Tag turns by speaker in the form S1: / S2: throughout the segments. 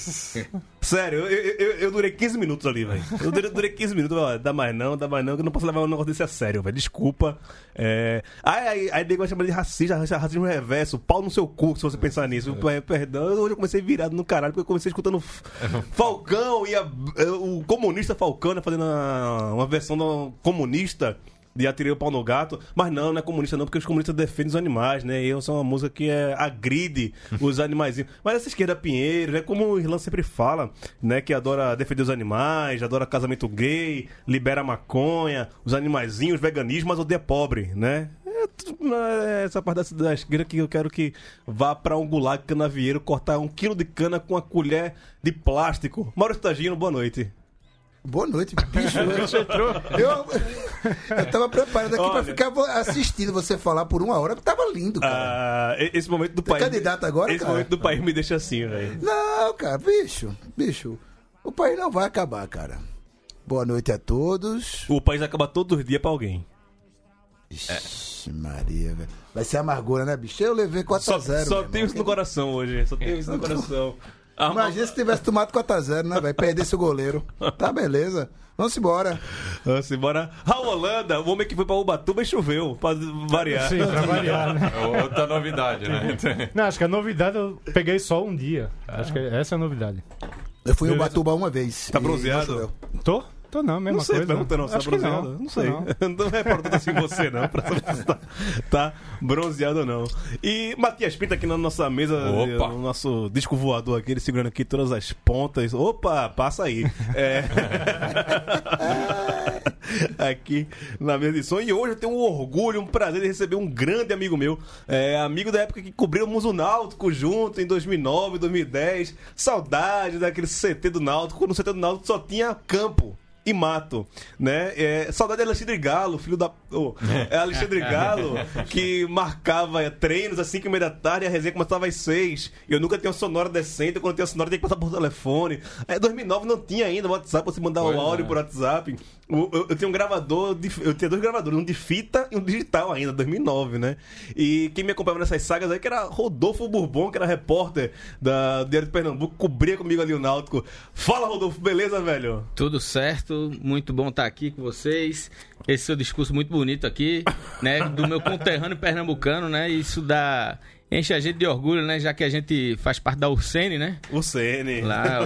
S1: Sério, eu, eu, eu- eu durei 15 minutos ali, velho. Eu durei, durei 15 minutos, ó, dá mais não, dá mais não, que eu não posso levar um negócio desse a sério, velho. Desculpa. É... Aí, aí, aí nego vai chamar de racista, raci- racismo reverso, pau no seu cu, se você pensar nisso. Per- Perdão, eu- hoje eu comecei virado no caralho, porque eu comecei escutando F- Falcão e a- eh, o comunista Falcão, né, fazendo uma, uma versão do comunista. De atirei o pau no gato, mas não, não é comunista, não, porque os comunistas defendem os animais, né? E eu sou uma música que é, agride os animaizinhos. Mas essa esquerda Pinheiro, né? Como o Irlan sempre fala, né? Que adora defender os animais, adora casamento gay, libera maconha, os animaizinhos, veganismo, mas odeia pobre, né? É, tu- é essa parte da cidade da esquerda que eu quero que vá pra um gulag canavieiro cortar um quilo de cana com uma colher de plástico. Maurício Tagino, boa noite.
S2: Boa noite, bicho. Eu, eu tava preparado aqui
S1: Olha.
S2: pra ficar vo- assistindo você falar por uma hora, que tava lindo, cara.
S1: Ah, e- esse momento do
S2: Tem
S1: país.
S2: candidato agora,
S1: Esse
S2: cara?
S1: momento do país me deixa assim, velho.
S2: Não, cara, bicho, bicho. O país não vai acabar, cara. Boa noite a todos.
S1: O país acaba todos os dias pra alguém. É.
S2: Ixi, Maria, velho. Vai ser amargura, né, bicho? Eu levei 4x0.
S1: Só, só
S2: meu
S1: tenho
S2: irmão.
S1: isso no coração hoje. Só tenho isso no coração. Ah,
S2: Imagina se tivesse tomado 4x0, né, velho? Perdesse o goleiro. Tá, beleza. Vamos embora.
S1: Vamos embora. Raul assim, Holanda, o homem que foi pra Ubatuba e choveu, pra variar.
S3: Sim, pra variar, né?
S4: É outra novidade, né?
S3: Não, acho que a novidade eu peguei só um dia. Acho que essa é a novidade.
S2: Eu fui em Ubatuba uma vez.
S1: Tá
S2: e não
S1: bronzeado?
S2: choveu.
S3: Tô? Tô não, mesma
S1: Não sei,
S3: coisa.
S1: perguntando se tá
S3: acho que
S1: bronzeado. Não, sei. Não, é perguntando assim você, não, pra saber se tá, tá bronzeado ou não. E Matias Pinto aqui na nossa mesa,
S4: Opa.
S1: o nosso disco voador aqui, ele segurando aqui todas as pontas. Opa, passa aí. É. aqui na mesa de som. E hoje eu tenho um orgulho, um prazer de receber um grande amigo meu, é, amigo da época que cobrimos o Náutico junto em 2009, 2010. Saudade daquele CT do Náutico, quando o CT do Náutico só tinha campo. E mato, né? É, saudade de Alexandre Galo, filho da. ô, é Alexandre Galo, que marcava é, treinos às 5 e meia da tarde e a resenha começava às 6. E eu nunca tinha uma sonora decente, quando eu tinha uma sonora tinha que passar por telefone. É, 2009 não tinha ainda WhatsApp, você mandar o
S4: Pois
S1: áudio
S4: é.
S1: por WhatsApp. O- Eu, eu tenho um gravador, de- eu tinha dois gravadores, um de fita e um digital ainda, 2009, né? E quem me acompanhava nessas sagas aí, que era Rodolfo Bourbon, que era repórter da Diário de Pernambuco, cobria comigo ali o Náutico. Fala, Rodolfo, beleza, velho?
S5: Tudo certo, muito bom estar aqui com vocês. Esse seu discurso muito bonito aqui, né? Do meu conterrâneo pernambucano, né? Isso dá. Enche a gente de orgulho, né? Já que a gente faz parte da Ursene, né?
S1: O CN.
S5: Lá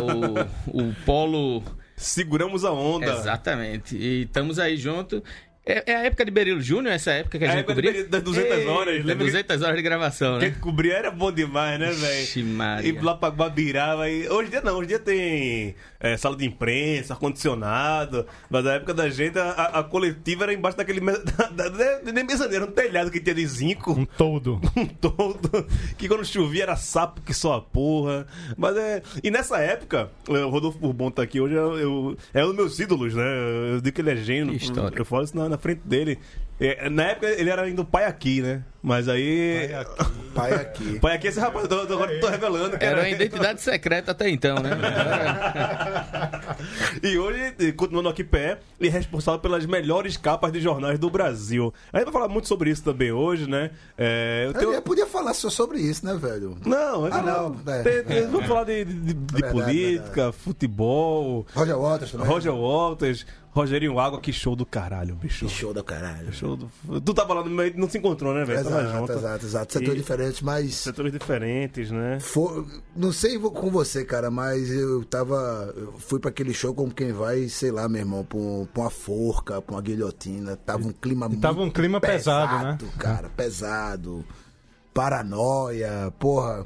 S5: o, o polo.
S1: Seguramos a onda.
S5: Exatamente. E estamos aí junto. É, é a época de Berilo Júnior, essa época que a
S1: É a
S5: gente
S1: época de
S5: cobria?
S1: Berilo, das 200
S5: Eita,
S1: horas, lembra que-
S5: 200 horas de gravação,
S1: Porque
S5: né?
S1: cobrir era bom demais, né,
S5: Ixi,
S1: velho?
S5: Maria.
S1: E lá pra Guabirava. E... Hoje em dia não, hoje em dia tem é, sala de imprensa, ar-condicionado. Mas na época da gente, a, a- a coletiva era embaixo daquele. Me... Da, da, da- nem mesaneiro, era um telhado que tinha de zinco,
S3: Um todo.
S1: um todo. Que quando chovia era sapo que só a porra. Mas é. E nessa época, é, o Rodolfo Bourbon tá aqui hoje, eu, eu- é um dos meus ídolos, né? Eu digo que ele é gênio.
S5: Que história.
S1: Eu falo isso na, na frente dele. É, na época ele era ainda o pai aqui, né? Mas aí.
S2: Pai aqui.
S1: Põe aqui esse rapaz, eu tô, eu tô- agora eu tô revelando. Cara.
S5: Era uma identidade secreta até então, né?
S1: E hoje, e continuando aqui pé, ele é responsável pelas melhores capas de jornais do Brasil. A gente vai falar muito sobre isso também hoje, né? É, eu tenho-
S2: Eu podia falar só sobre isso, né, velho?
S1: Não, eu
S2: Ah,
S1: não.
S2: não, é.
S1: Tem- tem- Vamos falar de, de- de
S2: Verdade, é
S1: política,
S2: verdade. É
S1: futebol,
S2: Roger Waters também.
S1: Roger Walters, Rogerinho Água, que show do caralho, bicho.
S2: Que show do caralho.
S1: Show do... Tu tava lá no meio, não se encontrou, né, velho? Tava
S2: Exato,
S1: junto.
S2: exato, exato. Setor
S1: E-
S2: diferente, mas.
S1: Setores diferentes, né?
S2: Fo- não sei vo- com você, cara, mas eu tava. Eu fui pra aquele show como quem vai, sei lá, meu irmão, pra, um- pra uma forca, pra uma guilhotina. Tava um clima muito.
S3: tava um clima pesado, né?
S2: cara, pesado. Paranoia, porra.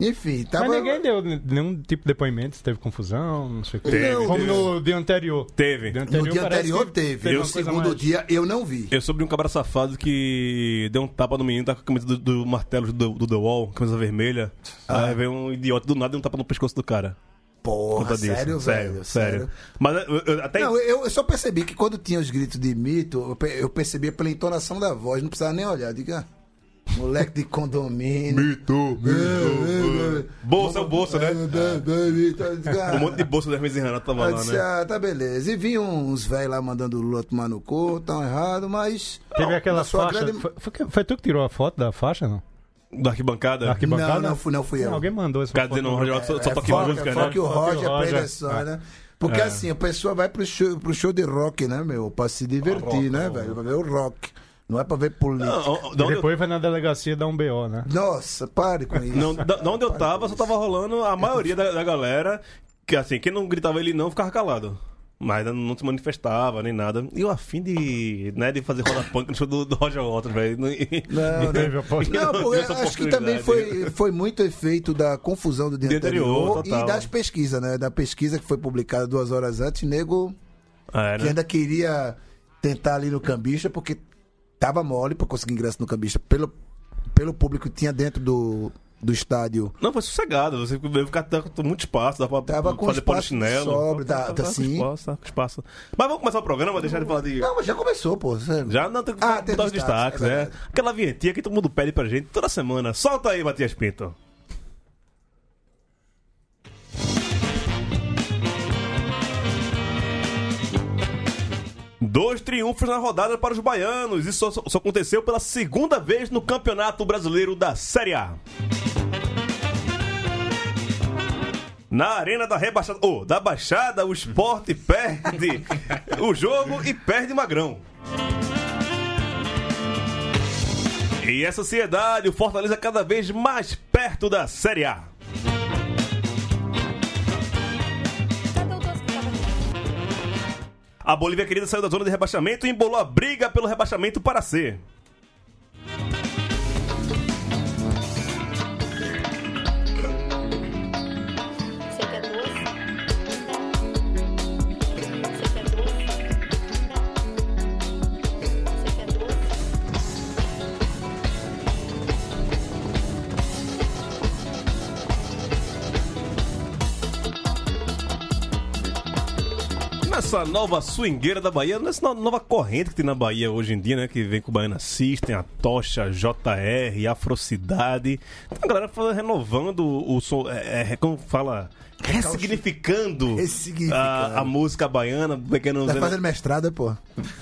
S2: Enfim, tava.
S3: Mas ninguém deu n- nenhum tipo de depoimento, se teve confusão, não sei o que.
S2: Não,
S3: Como
S2: teve.
S3: no dia anterior.
S1: Teve.
S3: Dia
S2: No dia
S3: parece
S2: anterior
S3: que
S2: teve.
S3: uma
S2: No
S3: coisa
S2: segundo
S3: mais.
S2: dia eu não vi.
S1: Eu soube de um cabra safado que deu um tapa no menino, tá com a camisa do, do martelo do, do The Wall, camisa vermelha.
S2: Ah.
S1: Aí veio um idiota do nada e deu um tapa no pescoço do cara. por
S2: Porra,
S1: conta disso.
S2: sério, velho.
S1: sério. Mas eu- eu- até.
S2: Não, eu, eu só percebi que quando tinha os gritos de mito, eu pe- eu percebia pela entonação da voz, não precisava nem olhar. Diga, moleque de condomínio. É,
S1: Mito, mito. Bolsa é o bolso, né?
S2: é,
S1: Um monte de bolsa da Hermes e Renato tava
S2: Eu
S1: lá,
S2: disse,
S1: né?
S2: ah, tá beleza. E vinha uns velhos lá mandando o Lula tomar no cu, tão errado, mas.
S3: Teve
S2: Não,
S3: aquela
S2: na sua
S3: faixa.
S2: grande-
S3: Foi, foi que- foi tu que tirou a foto da faixa, não?
S1: Da arquibancada.
S3: Da arquibancada?
S2: Não, não fui- não fui eu.
S3: Alguém mandou essa
S1: Cara
S3: foto.
S1: dizendo, Roger, só, só
S2: é
S1: toque
S2: foca-
S1: música,
S2: foca
S1: né?
S2: e o
S3: Foca e o
S2: Roger,
S3: Roger.
S2: Roger. só, né? Porque assim, a pessoa vai pro show, pro show de rock, né, meu? Pra se divertir, né, velho? Pra ver o rock. Não é pra ver política.
S1: Não, ó, da
S3: E
S1: onde eu-
S3: depois vai na delegacia dar um BO, né?
S2: Nossa, pare com isso.
S1: Não, da, da onde eu tava, só tava rolando a maioria da, da galera. Que assim, quem não gritava ele não ficava calado. Mas não se manifestava nem nada. E eu afim de, né, de fazer roda punk no show do, do Roger Waters, velho.
S2: Não, não.
S3: Teve a foto.
S2: Não, porque
S1: Essa
S2: acho que
S1: oportunidade.
S2: também foi, foi muito efeito da confusão do dia
S1: Dia anterior,
S2: anterior,
S1: total.
S2: e das pesquisas, né? Da pesquisa que foi publicada duas horas antes, nego
S1: É,
S2: que
S1: né?
S2: ainda queria tentar ali no cambista, porque tava mole pra conseguir ingresso no cambista, pelo, pelo público que tinha dentro do, do estádio.
S1: Não, foi sossegado. Você veio ficar tanto- com muito espaço, dá pra
S2: Tava com
S1: fazer
S2: espaço
S1: polichinelo.
S2: sobre, tá- tá
S1: com
S2: sim.
S1: Espaço, tá com espaço. Mas vamos começar o programa, deixar de falar de.
S2: Não, mas já começou, pô. Você-
S1: Já não tem que
S2: Ah, tem
S1: botar os destaques,
S2: destaques, é
S1: né?
S2: verdade.
S1: Aquela vinhetinha que todo mundo pede pra gente toda semana. Solta aí, Matias Pinto. Dois triunfos na rodada para os baianos. Isso só, só aconteceu pela segunda vez no Campeonato Brasileiro da Série A. Na arena da rebaixada, oh, da baixada, o esporte perde o jogo e perde Magrão. E essa ansiedade o Fortaleza cada vez mais perto da Série A. A Bolívia querida saiu da zona de rebaixamento e embolou a briga pelo rebaixamento para C.
S6: Sei que é doce. Sei que é doce. Sei que é doce.
S1: Na essa nova swingueira da Bahia, nessa no- nova corrente que tem na Bahia hoje em dia, né? Que vem com o Baiana System, a Tocha, JR, Afrocidade. Tem uma galera falando, renovando o som, é, é, como fala? Ressignificando
S2: Ressignificando.
S1: a, a música baiana, pegando...
S2: Tá fazendo mestrado, pô.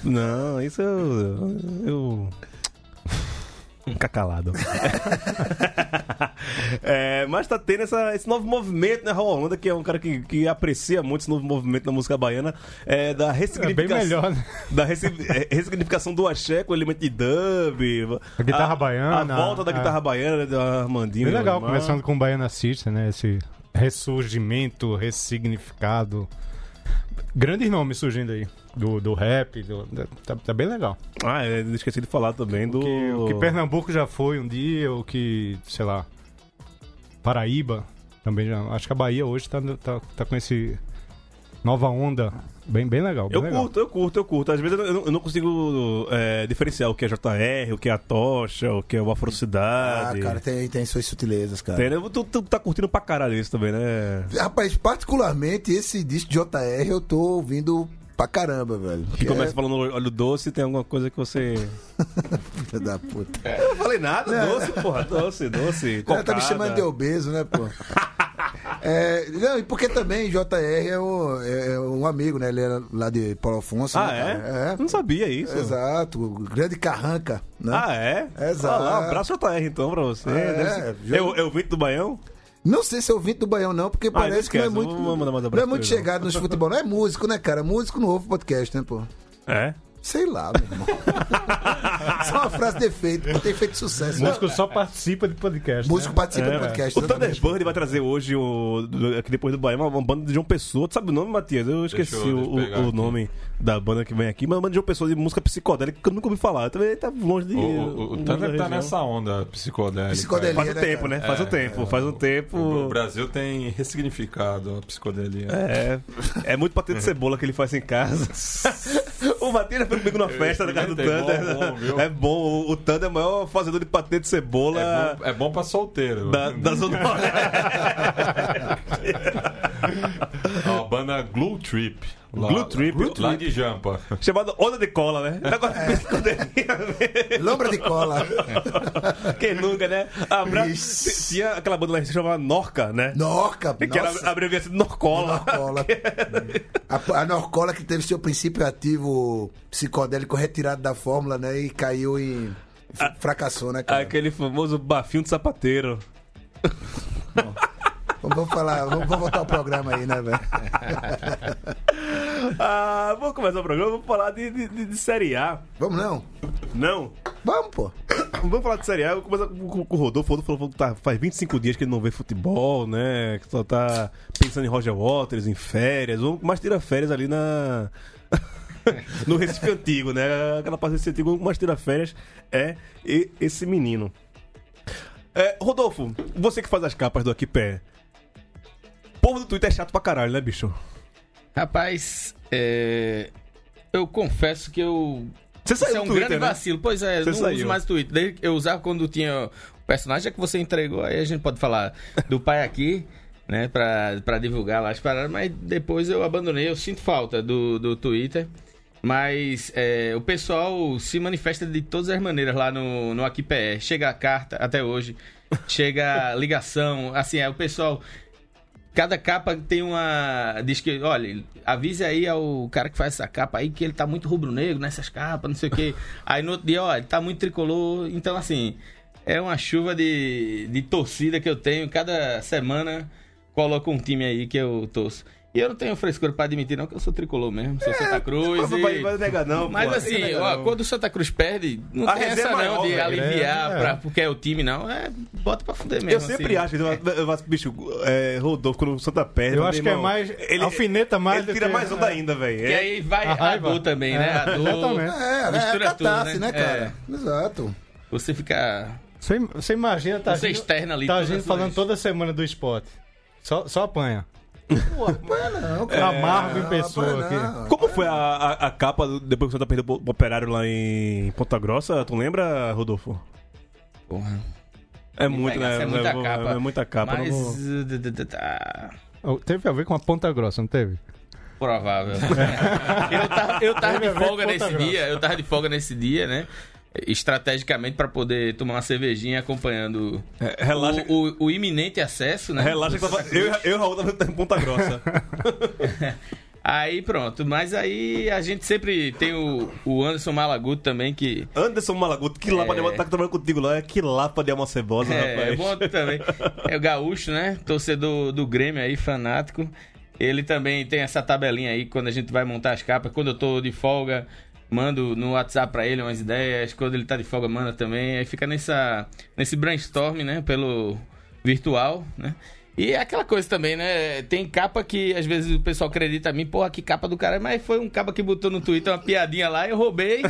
S1: Não, isso eu. eu... Fica calado. É, mas tá tendo essa- esse novo movimento, né? Raul Holanda, que é um cara que, que aprecia muito esse novo movimento da música baiana, é, da
S3: É bem
S1: ressignificação.
S3: melhor, né?
S1: Da ressi- é, ressignificação do axé com elemento de dub.
S3: A guitarra baiana,
S1: A volta da
S3: é.
S1: guitarra baiana, da Armandinho.
S3: Bem legal,
S1: Neymar.
S3: conversando com o Baiana System, né? Esse ressurgimento, ressignificado. Grandes nomes surgindo aí. Do, do rap, do- da- tá, tá bem legal.
S1: Ah, é, esqueci de falar também do.
S3: Que- o que Pernambuco já foi um dia, o que, sei lá, Paraíba também já. Acho que a Bahia hoje tá, no- tá, tá com esse nova onda. Bem, bem legal.
S2: É
S3: Bem
S1: Eu
S3: legal.
S1: curto, eu curto, eu curto. Às vezes eu não, eu não consigo é, diferenciar o que é JR, o que é a tocha, o que é o
S2: Ah,
S1: Afrocidade.
S2: cara, tá. tem, tem suas sutilezas, cara.
S1: Tem, né? tu, tu tá curtindo pra caralho isso também, né?
S2: Rapaz, particularmente esse disco de JR eu tô ouvindo pra caramba, velho.
S1: Que começa falando olho doce, tem alguma coisa que você.
S2: é filha da puta.
S1: Eu não falei nada, doce, porra, doce, doce.
S2: Ela tá me chamando de obeso, né, pô? É, não, e porque também JR é um, é um amigo, né? Ele era lá de Paulo Afonso.
S1: Ah,
S2: né, cara?
S1: é? Não sabia isso.
S2: Exato, o grande carranca, né?
S1: Ah, é?
S2: Exato.
S1: Ah, lá, um abraço JR então pra você.
S2: É,
S1: Deve ser-
S2: já-
S1: eu, eu vim do Baião?
S2: Não sei se eu vim do Baião, não, porque parece que não é
S1: Ah, esquece,
S2: muito.
S1: eu vou mandar mais
S2: Não é
S1: abraço
S2: muito
S1: pra ele,
S2: chegado nos futebol. Não é músico, né, cara? Músico não ouve podcast, né, pô?
S1: É.
S2: Sei lá, meu irmão. Isso é uma frase de efeito, pô, tem feito sucesso. né?
S3: Músico só participa de podcast. né?
S2: Músico participa do podcast.
S1: O
S2: exatamente.
S1: Thunderbird vai trazer hoje, o, do- aqui depois do Bahia, uma, uma banda de João Pessoa. Tu sabe o nome, Matias? Eu esqueci
S4: eu- deixa eu
S1: o-
S4: pegar
S1: o,
S4: aqui.
S1: nome da banda que vem aqui, mas é uma banda de João Pessoa de música psicodélica que eu nunca ouvi falar. Eu Também tá longe de.
S4: O, o, o
S1: longe
S4: Thunder
S1: da
S4: tá
S1: região.
S4: nessa onda psicodélica.
S2: Psicodelia.
S1: Faz um
S2: né,
S1: tempo,
S2: cara?
S1: né? Faz um tempo, faz um
S4: O
S1: tempo.
S4: Brasil tem ressignificado a psicodelia.
S1: É, é muito patê de cebola que ele faz em casa. o Matias já foi comigo numa festa na casa do
S4: experimentei,
S1: Thunder.
S4: bom, bom, viu?
S1: é bom, o- o Thunder é o maior fazedor de patê de cebola.
S4: É bom, é bom pra solteiro.
S1: Da, da Zona
S4: A banda Glue Trip. Lá,
S1: Glue Trip?
S4: Glue lá de Jampa.
S1: Chamada Onda de Cola, né? Agora é. psicodelia
S2: Lombra de cola.
S1: Quem nunca, né? Abra...
S2: Ixi.
S1: Tinha aquela banda lá que se chamava Norca, né?
S2: Norca,
S1: Que era
S2: nossa,
S1: a abreviação de Norcola.
S2: Norcola. A, a Norcola que teve seu princípio ativo psicodélico retirado da fórmula, né? E caiu em. Fracassou, né, cara?
S1: Aquele famoso bafinho de sapateiro.
S2: Vamos vamos falar, vamos, vamos voltar ao programa aí, né, velho?
S1: Ah, vamos começar o programa, vamos falar de, de, de- de Série A.
S2: Vamos não?
S1: Não?
S2: Vamos, pô.
S1: Vamos falar de Série A. Eu vou começar com, com- com o Rodolfo. O Rodolfo falou que tá, faz 25 dias que ele não vê futebol, né? Que só tá pensando em Roger Waters, em férias. Ou mais tira férias ali na. no Recife Antigo, né? Aquela parte do Recife Antigo, o que mais tira férias é e- esse menino. É, Rodolfo, você que faz as capas do Aqui Pé. O povo do Twitter é chato pra caralho, né, bicho?
S5: Rapaz, é, eu confesso que eu.
S1: Você saiu
S5: Isso é um
S1: do Twitter,
S5: grande
S1: né?
S5: vacilo. Pois é, eu
S1: Você
S5: não
S1: saiu.
S5: uso mais Twitter. Desde que Eu usava quando tinha o personagem, já que você entregou, aí a gente pode falar do pai aqui, né? Pra, pra divulgar lá as paradas, mas depois eu abandonei, eu sinto falta do, do Twitter. Mas é, o pessoal se manifesta de todas as maneiras lá no, no Aqui PE. Chega a carta até hoje, chega a ligação, assim, é o pessoal. Cada capa tem uma. Diz que, olha, avise aí ao cara que faz essa capa aí que ele tá muito rubro-negro nessas capas, não sei o quê. Aí no outro dia, ó, ele tá muito tricolor. Então, assim, é uma chuva de, de torcida que eu tenho. Cada semana coloca um time aí que eu torço. E eu não tenho frescura pra admitir, não, que eu sou tricolor mesmo, sou Santa Cruz.
S1: Não
S5: e-
S1: É, vai, vai negar, não.
S5: Mas
S1: pô.
S5: assim,
S1: Vai negar,
S5: ó,
S1: não.
S5: quando o Santa Cruz perde, não
S1: A
S5: tem
S1: resenha
S5: essa
S1: é maior,
S5: não de
S1: velho.
S5: aliviar
S3: É.
S5: pra- porque é o time, não. É, bota pra fuder mesmo.
S1: Eu sempre
S5: assim.
S1: acho, eu, eu, eu- bicho, é, Rodolfo, quando o Santa perde.
S3: Eu
S1: meu
S3: acho que é
S1: irmão,
S3: mais. alfineta mais.
S1: Ele
S3: do
S1: tira
S3: que-
S1: mais onda ainda, velho.
S5: E
S1: É,
S5: aí vai
S3: A
S5: a,
S3: raiva.
S5: dor também, né? A dor.
S3: Exatamente.
S2: É, é
S5: Mistura tudo,
S2: catarse, né,
S5: né?
S2: cara? Exato.
S5: Você fica.
S3: Você, você imagina, tá
S5: Você
S3: agindo-
S5: externa ali
S3: Tá
S5: todas
S3: agindo
S5: as
S3: falando
S5: suas-
S3: toda semana do esporte. Só, só apanha.
S2: Não, cara.
S3: Amargo em pessoa
S2: É, rapaz,
S3: aqui.
S2: não.
S1: Como foi a, a, a capa do- depois que o Santa perdeu pro pro Operário lá em Ponta Grossa? Tu lembra, Rodolfo?
S5: Porra.
S1: É muito,
S5: Pega,
S1: né?
S5: essa É muita
S1: é,
S5: capa.
S1: É muita capa. não
S5: Mas.
S1: vou-
S5: uh, d- d- d- tá.
S3: Oh, Teve a ver com a ponta grossa, não teve?
S5: provável. eu tava, eu tava de folga nesse dia, eu tava de folga nesse dia, né? Estrategicamente para poder tomar uma cervejinha acompanhando
S1: É, relaxa-
S5: o, o- o iminente acesso, né?
S1: Relaxa que tava, eu, eu e o Raul tava em Ponta Grossa.
S5: Aí pronto, mas aí a gente sempre tem o, o Anderson Malaguto também que
S1: Anderson Malaguto, que lapa
S5: É.
S1: de alma, tá trabalhando contigo lá, é que lapa de alma cebosa,
S5: É, é
S1: rapaz.
S5: bom também. É o Gaúcho, né? Torcedor do Grêmio aí, fanático. Ele também tem essa tabelinha aí quando a gente vai montar as capas. Quando eu tô de folga, mando no WhatsApp pra ele umas ideias. Quando ele tá de folga, manda também. Aí fica nessa, nesse brainstorm, né? Pelo virtual, né? E é aquela coisa também, né? Tem capa que às vezes o pessoal acredita em mim, porra, que capa do caralho, mas foi um capa que botou no Twitter uma piadinha lá, eu roubei,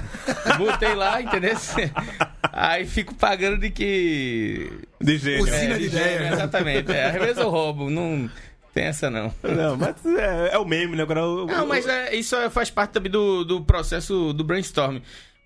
S5: botei lá, entendeu? Aí fico pagando de que
S1: De gênio.
S2: Usina de
S5: gênio,
S2: ideia.
S5: Exatamente. É, às vezes eu roubo, não tem essa não.
S1: Não, mas é, é o meme, né? Agora, eu-
S5: Não, mas é, isso é- faz parte também do, do processo do brainstorm.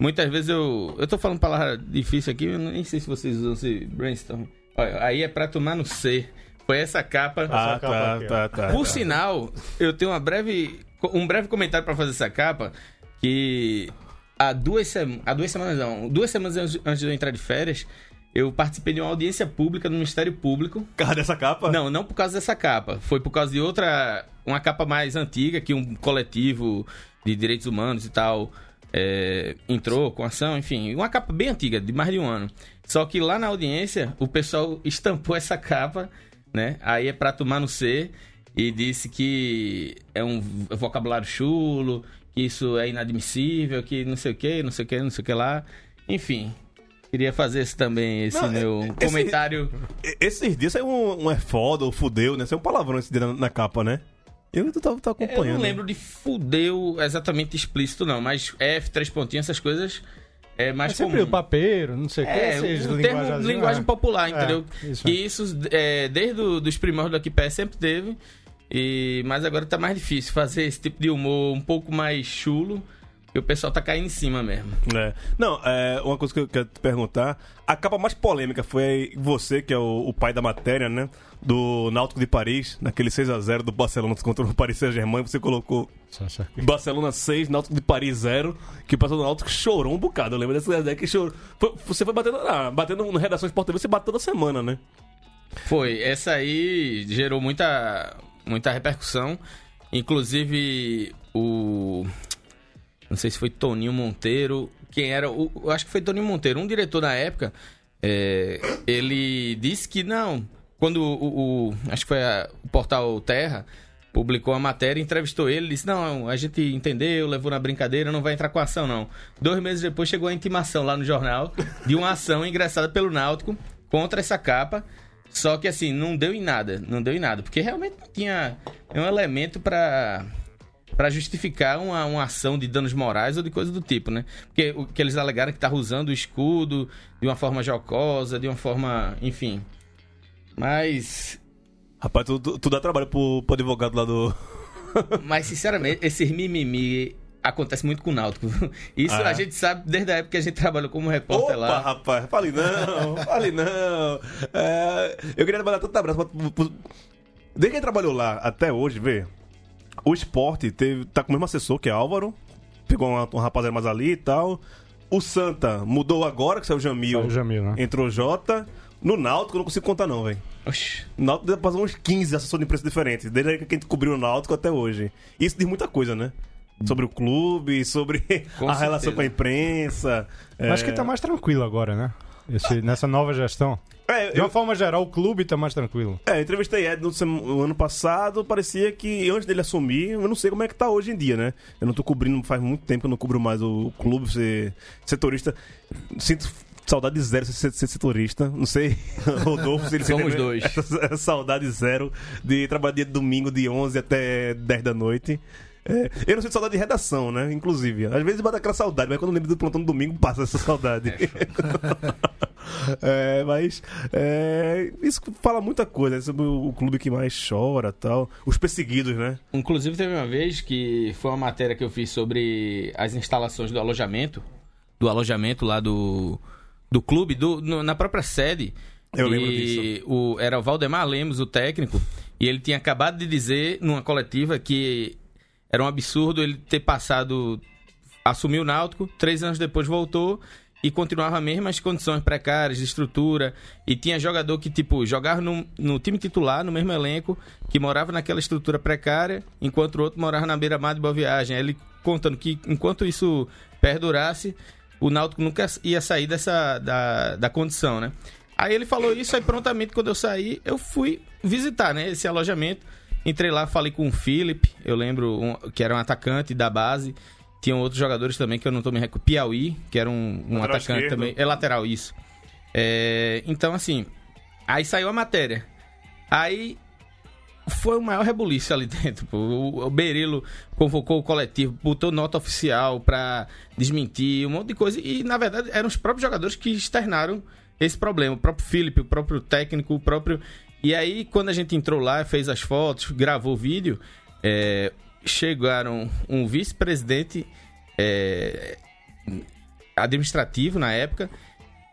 S5: Muitas vezes eu. Eu tô falando palavra difícil aqui, eu nem sei se vocês usam esse brainstorm. Olha, aí é pra tomar no C. Foi essa capa.
S1: Ah, tá,
S3: aqui, ó.
S1: tá, tá.
S5: Por sinal, eu tenho uma breve, um breve comentário pra fazer essa capa. Que há duas, sem- há duas semanas, não, duas semanas antes- antes de eu entrar de férias, eu participei de uma audiência pública no Ministério Público.
S1: Cara dessa capa?
S5: Não, não por causa dessa capa. Foi por causa de outra. Uma capa mais antiga que um coletivo de direitos humanos e tal é, entrou com ação, enfim. Uma capa bem antiga, de mais de um ano. Só que lá na audiência, o pessoal estampou essa capa, né? Aí é pra tomar no C e disse que é um vocabulário chulo, que isso é inadmissível, que não sei o que, não sei o que, não sei o que lá. Enfim. Queria fazer esse também, esse
S1: Não,
S5: meu
S1: esse-
S5: comentário.
S1: E- Esses dias saiu um, um é foda, ou fudeu, né? Saiu um palavrão esse dia na, na capa, né? Eu tô, tô, tô
S5: Eu
S1: acompanhando.
S5: não lembro de fudeu exatamente explícito, não, mas F, três pontinhos, essas coisas é mais
S3: É sempre o
S5: comum.
S3: papeiro, não sei o que,
S5: É,
S3: esses
S5: o termo
S3: linguajazinhos,
S5: linguagem
S3: é.
S5: popular, entendeu?
S3: É, isso
S5: que isso, é, desde os primórdios da Kipé sempre teve, e, mas agora tá mais difícil fazer esse tipo de humor um pouco mais chulo, e o pessoal tá caindo em cima mesmo.
S1: É. Não, é, uma coisa que eu quero te perguntar. A capa mais polêmica foi você, que é o, o pai da matéria, né? Do Náutico de Paris, naquele 6x0 do Barcelona contra o Paris Saint-Germain. Você colocou
S3: Só essa aqui.
S1: Barcelona 6, Náutico de Paris 0, que o pessoal do Náutico chorou um bocado. Eu lembro dessa ideia que chorou. Foi- você foi batendo, ah, batendo na redação Sport TV, você bateu toda semana, né?
S5: Foi, essa aí gerou muita, muita repercussão. Inclusive, o. Não sei se foi Toninho Monteiro. Quem era? O, eu acho que foi Toninho Monteiro, um diretor na época. é, ele disse que não. Quando o. o- acho que foi a- o portal Terra publicou a matéria, entrevistou ele, disse: Não, a gente entendeu, levou na brincadeira, não vai entrar com ação, não. Dois meses depois chegou a intimação lá no jornal de uma ação engraçada pelo Náutico contra essa capa. Só que assim, não deu em nada, não deu em nada, porque realmente não tinha nenhum elemento pra para justificar uma, uma ação de danos morais ou de coisa do tipo, né? Porque o que eles alegaram é que tava usando o escudo de uma forma jocosa, de uma forma, enfim. Mas
S1: Rapaz, tu, tu, tu dá trabalho pro, pro advogado lá do.
S5: Mas, sinceramente, esses mimimi acontece muito com o Náutico. Isso
S1: Ah.
S5: a gente sabe desde a época que a gente trabalhou como
S1: Opa,
S5: repórter lá.
S1: rapaz, fale não, fale não. É, eu queria mandar tanto abraço. pra- pro- Desde que ele trabalhou lá até hoje, vê. O esporte teve, tá com o mesmo assessor, que é Álvaro. Pegou uma, um rapaziada mais ali e tal. O Santa mudou agora, que saiu o Jamil.
S3: Saiu o Jamil, né?
S1: Entrou o Jota. No Náutico eu não consigo contar, não, velho.
S5: Oxi.
S1: O Náutico deve passar uns 15 assessores de imprensa diferentes, desde a época que a gente cobriu o Náutico até hoje. Isso diz muita coisa, né? Sobre o clube, sobre
S5: Com
S1: a relação
S5: certeza.
S1: com a imprensa.
S3: Acho que tá mais tranquilo agora, né? Esse- nessa nova gestão.
S1: É,
S3: De uma forma geral, o clube tá mais tranquilo.
S1: É, eu entrevistei Ed no sem- no ano passado, parecia que antes dele assumir, eu não sei como é que tá hoje em dia, né? Eu não tô cobrindo, faz muito tempo que eu não cubro mais o clube, ser setorista. Sinto saudade zero de ser, ser setorista, não sei, Rodolfo, se ele
S5: Somos
S1: sente-
S5: dois.
S1: essa saudade zero de trabalhar de domingo de 11 até 10 da noite. É, eu não sinto saudade de redação, né? Inclusive. Às vezes bate aquela saudade, mas quando eu lembro do plantão do domingo, passa essa saudade. É, mas é, isso fala muita coisa né, sobre o o clube que mais chora tal. Os perseguidos, né?
S5: Inclusive, teve uma vez que foi uma matéria que eu fiz sobre as instalações do alojamento. Do alojamento lá do, do clube, do, no- na própria sede.
S1: Eu lembro
S5: E O, era o Valdemar Lemos, o técnico, e ele tinha acabado de dizer numa coletiva que Era um absurdo ele ter passado. Assumiu o Náutico, três anos depois voltou e continuava mesmo as condições precárias, de estrutura. E tinha jogador que, tipo, jogava no, no time titular, no mesmo elenco, que morava naquela estrutura precária, enquanto o outro morava na beira-mar de Boa Viagem. Aí Ele contando que enquanto isso perdurasse, o Náutico nunca ia sair dessa da, da condição, né? Aí ele falou isso, aí prontamente quando eu saí, eu fui visitar, né, esse alojamento. Entrei lá, falei com o Philip, eu lembro um- que era um atacante da base. Tinham outros jogadores também que eu não tô me recu... Piauí, que era um, um
S1: Lateral
S5: atacante
S1: esquerdo.
S5: também. É lateral, isso. É, então, assim, aí saiu a matéria. Aí foi o maior rebuliço ali dentro. pô. O, o Berilo convocou o coletivo, botou nota oficial pra desmentir, um monte de coisa. E, na verdade, eram os próprios jogadores que externaram esse problema. O próprio Felipe, o próprio técnico, o próprio. E aí, quando a gente entrou lá, fez as fotos, gravou o vídeo, é, chegaram um vice-presidente é, administrativo na época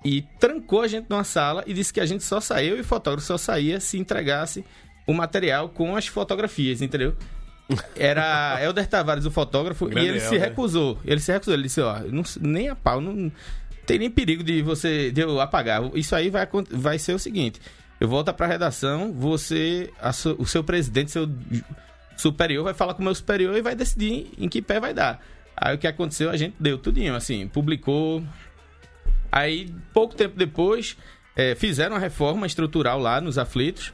S5: e trancou a gente numa sala e disse que a gente só saiu e o fotógrafo só saía se entregasse o material com as fotografias, entendeu? Era Helder Tavares, o fotógrafo, e
S1: Grande
S5: ele se
S1: Helder.
S5: recusou. Ele se recusou, ele disse, ó, não- nem a pau, não, não tem nem perigo de você de eu apagar. Isso aí vai, acon- vai ser o seguinte: eu volto pra redação, você. a su- o seu presidente, seu superior vai falar com o meu superior e vai decidir em que pé vai dar. Aí o que aconteceu, a gente deu tudinho, assim, publicou. Aí, pouco tempo depois, eh, fizeram a reforma estrutural lá nos aflitos.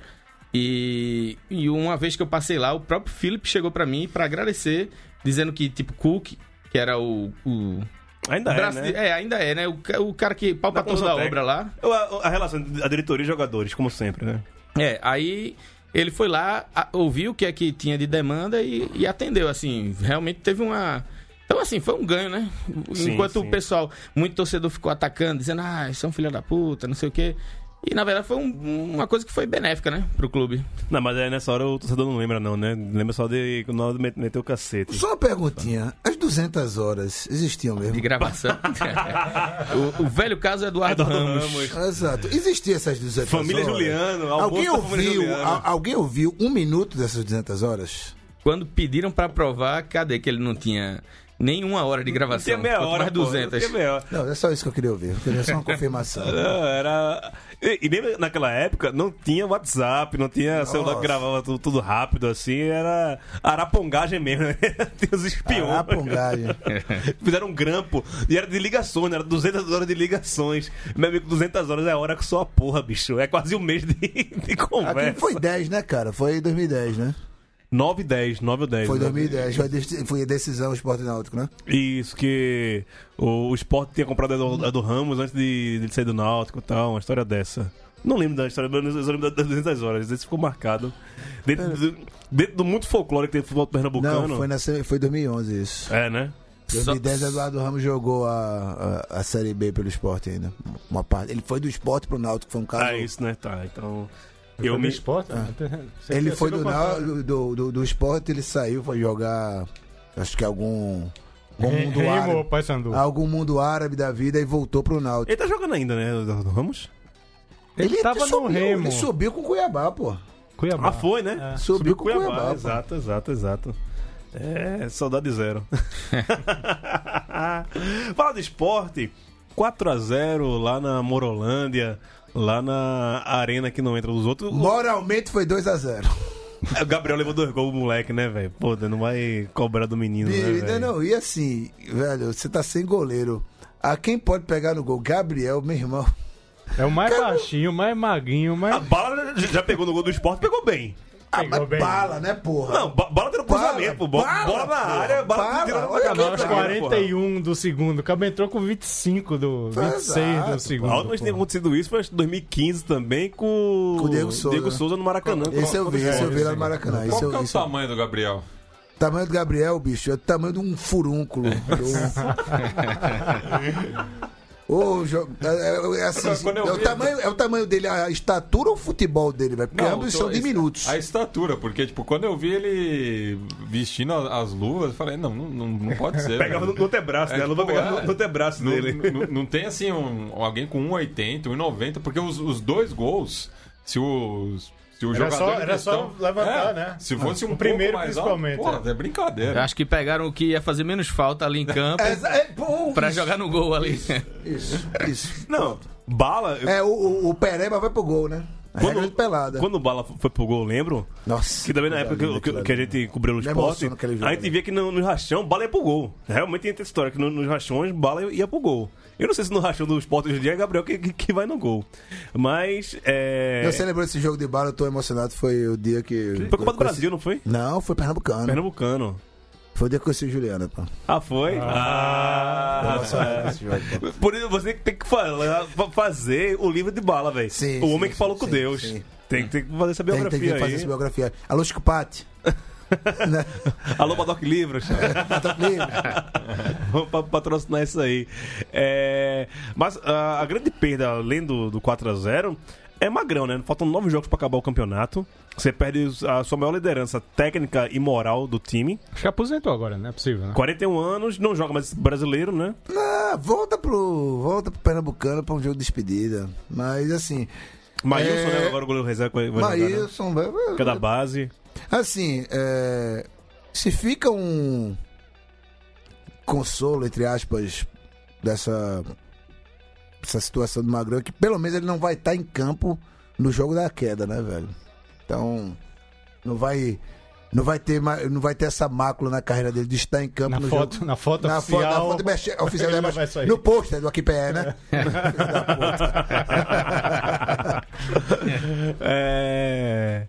S5: E, e uma vez que eu passei lá, o próprio Philip chegou pra mim pra agradecer, dizendo que, tipo, Cook, que era o. o
S1: Ainda é,
S5: braço
S1: né?
S5: de- é, ainda é, né? O, ca- o cara que palpa
S1: Da
S5: toda a
S1: Consultec.
S5: obra lá.
S1: Eu- A, a relação entre a diretoria e jogadores, como sempre, né?
S5: É, aí ele foi lá, a- ouviu o que é que tinha de demanda e, e atendeu, assim, realmente teve uma... Então, assim, foi um ganho, né?
S1: Sim,
S5: Enquanto
S1: sim.
S5: o pessoal, muito torcedor ficou atacando, dizendo, ah, isso é um filho da puta, não sei o quê. E, na verdade, foi um- uma coisa que foi benéfica, né? Pro clube.
S1: Não, mas aí nessa hora o torcedor não lembra, não, né? Lembra só de quando nós met- meteu o cacete.
S2: Só uma perguntinha. As 200 horas existiam
S5: De
S2: mesmo?
S5: gravação. o, o velho caso é Eduardo, Ramos.
S2: Exato. Existiam essas 200
S1: Família
S2: horas?
S1: Juliano, almoço
S2: Alguém
S1: da família
S2: ouviu,
S1: Juliano.
S2: al- alguém ouviu um minuto dessas 200 horas?
S5: Quando pediram pra provar, cadê que ele não tinha nenhuma hora de gravação?
S1: Tinha meia
S5: Quanto
S1: hora,
S5: mais
S1: pô,
S5: 200.
S1: Tinha meia hora.
S2: Não, é só isso que eu queria ouvir. Eu queria só uma confirmação.
S1: Não, era. E, e lembra naquela época não tinha WhatsApp, não tinha celular que
S2: Nossa.
S1: gravava tudo, tudo rápido assim, era arapongagem mesmo, né? Tinha os espiões.
S2: Ah, pongagem.
S1: Fizeram um grampo e era de ligações, né? era 200 horas de ligações. Meu amigo, 200 horas é hora que só a porra, bicho. É quase um mês de, de conversa.
S2: Aqui Ah, foi 10, né, cara? Foi 2010, né?
S1: 9 10, 9 ou 10.
S2: Foi
S1: né?
S2: 2010. Foi, dec- foi a decisão do esporte náutico, né?
S1: Isso que o, o Sport tinha comprado a do, a do Ramos antes de, de ele sair do Náutico e tal, uma história dessa. Não lembro da história, mas eu lembro das 200 horas, esse ficou marcado. Dentro, do, dentro do muito folclórico que tem futebol pernambucano.
S2: É. Não, foi, na, se- foi 2011 isso.
S1: É, né?
S5: Só-
S2: 2010, Eduardo Ramos jogou a, a, a Série B pelo esporte ainda. Uma parte. Ele foi do esporte pro Náutico, foi um caso...
S1: Ah, isso, né? Tá, então... Eu me...
S3: esporte? Você
S2: Ele
S3: tinha
S2: foi
S3: sido
S2: do,
S3: contratado.
S2: Nau- do, do, do esporte, ele saiu, foi jogar. Acho que algum. Algum
S3: Re-
S2: mundo
S3: Remo ou
S2: árabe.
S3: Paysandu?
S2: Algum mundo árabe da vida e voltou pro Náutico.
S1: Ele tá jogando ainda, né, o Eduardo Ramos?
S3: Ele tava no
S2: subiu,
S3: Remo.
S2: Ele subiu com o Cuiabá, pô.
S3: Cuiabá.
S1: Ah, foi, né?
S3: É.
S2: Subiu com o
S1: Cuiabá,
S2: Cuiabá, pô.
S1: Exato, exato, exato. É, saudade zero. Fala de esporte. 4x0 lá na Morolândia, lá na arena que não entra dos outros.
S2: Moralmente foi 2x0.
S1: O Gabriel levou dois gols, moleque, né, velho? Pô, não vai cobrar do
S3: É,
S1: menino, né,
S2: Não,
S1: velho?
S2: não, e assim, velho, você tá sem goleiro. A quem pode pegar no gol? Gabriel, meu irmão.
S3: É o mais baixinho, o mais magrinho, o
S1: A
S3: mais.
S1: bala já- já pegou no gol do esporte, pegou bem.
S2: Ah,
S3: Pegou
S2: mas
S3: bem.
S2: bala, né, porra?
S1: Não, ba- bala deu no
S2: Bala,
S1: cruzamento, pô. Bola,
S2: bala,
S1: bola na
S2: porra,
S1: área, bala,
S2: bala,
S1: tirando na
S2: olha
S1: cabeça
S2: que
S3: Aos
S1: da
S2: zagueiro,
S1: área, porra.
S3: 41 do segundo. O cara entrou com 25 do. 26
S2: Exato.
S3: do segundo.
S1: A última vez que tem
S3: pô.
S1: acontecido isso foi acho que em 2015 também com,
S2: Com o Diego Souza.
S1: no Maracanã.
S2: Esse é eu vi, esse eu vi lá no
S3: sim.
S2: Maracanã.
S4: Qual
S2: Esse eu
S4: que é
S2: vi.
S4: o
S2: esse eu-
S4: tamanho do Gabriel?
S2: tamanho do Gabriel, bicho, é o tamanho de um furúnculo. Do- Ô, jo- é, é- é assim,
S4: Quando eu
S2: é, o
S4: vi-
S2: tamanho, é o tamanho dele, a estatura ou o futebol dele, velho? Porque
S4: Não,
S2: ambos
S4: tô-
S2: são diminutos.
S4: A estatura, porque, tipo, quando eu vi ele vestindo a- as luvas, eu falei, não, não, não- não pode ser.
S1: Pegava no,
S4: velho.
S1: no antebraço,
S4: É,
S1: né? A luva
S4: tipo,
S1: pegava no,
S4: é.
S1: no antebraço
S4: Não,
S1: dele.
S4: não- não tem um assim um- alguém com 1,80, 1,90, porque os, os dois gols, se os, Se o
S7: Era só-
S4: jogador em
S7: era só levantar, né?
S4: Se fosse um
S7: Primeiro,
S4: pouco mais
S7: principalmente,
S4: Alto, porra, é
S5: Eu
S4: brincadeira.
S5: acho que pegaram o que ia fazer menos falta ali em campo
S1: É,
S5: pra jogar no gol ali.
S2: é Isso, isso.
S1: Não, bala. eu-
S2: É, o, o, o Pereba vai pro gol, né? A regra de pelada.
S1: quando o bala foi pro gol, eu lembro.
S2: Nossa.
S1: Que também na época que,
S2: linda,
S1: eu- que,
S2: aquilo
S1: que a
S2: ali. né?
S1: gente cobriu no
S2: Me
S1: esporte,
S2: emociona aquele jogo,
S1: a gente
S2: né?
S1: via que no, no rachão, bala ia pro gol. Realmente tem essa história, que no- nos rachões, bala ia pro gol. Eu não sei se no rachão do esporte hoje em dia é Gabriel que, que, que vai no gol. Mas, é...
S2: Você lembrou desse jogo de bala? Eu tô emocionado. Foi o dia que.
S1: Foi Copa do Brasil, né? não foi?
S2: Não, foi Pernambucano.
S1: Pernambucano.
S2: Foi o dia que eu conheci Juliana, pô.
S1: Ah, foi? Ah!
S2: Emocionado esse jogo, pô.
S1: Por isso você tem que falar, fa- fazer o livro de bala, velho.
S2: Sim,
S1: O homem
S2: sim,
S1: que falou
S2: sim,
S1: com
S2: sim,
S1: Deus.
S2: sim.
S1: Tem, tem que fazer essa
S2: Tem, tem
S1: biografia
S2: que fazer
S1: aí.
S2: essa biografia. Alô, Chico Patti. Né?
S1: Alô, Badoc Livros.
S2: Tá livre?
S1: Vamos pa- patrocinar isso aí. É, Mas a, a grande perda, além do, do 4x0, é magrão, né? Faltam nove jogos pra acabar o campeonato. Você perde os- a sua maior liderança técnica e moral do time.
S3: Acho que aposentou agora, não é possível, né?
S1: 41 anos, não joga mais brasileiro, né?
S2: Ah, volta pro. Volta pro Pernambucano pra um jogo de despedida. Mas assim.
S1: Maílson,
S2: É.
S1: né? Agora o goleiro reserva vai vai jogar, né?
S2: Maílson. vai- vai-
S1: Que é da base.
S2: Assim, é, se fica um consolo, entre aspas, dessa, dessa situação do Magrão, que pelo menos ele não vai estar em campo no jogo da queda, né, velho? Então, não vai. Não vai, ter, ma- não vai ter essa mácula na carreira dele de estar em campo
S3: Na
S2: no
S3: foto-
S2: jogo.
S3: na foto
S2: na Foto, na
S3: oficial,
S2: foto mexe- oficial,
S3: ele
S2: né,
S3: não vai sair.
S2: no pôster do Aqui PE, né?
S1: É.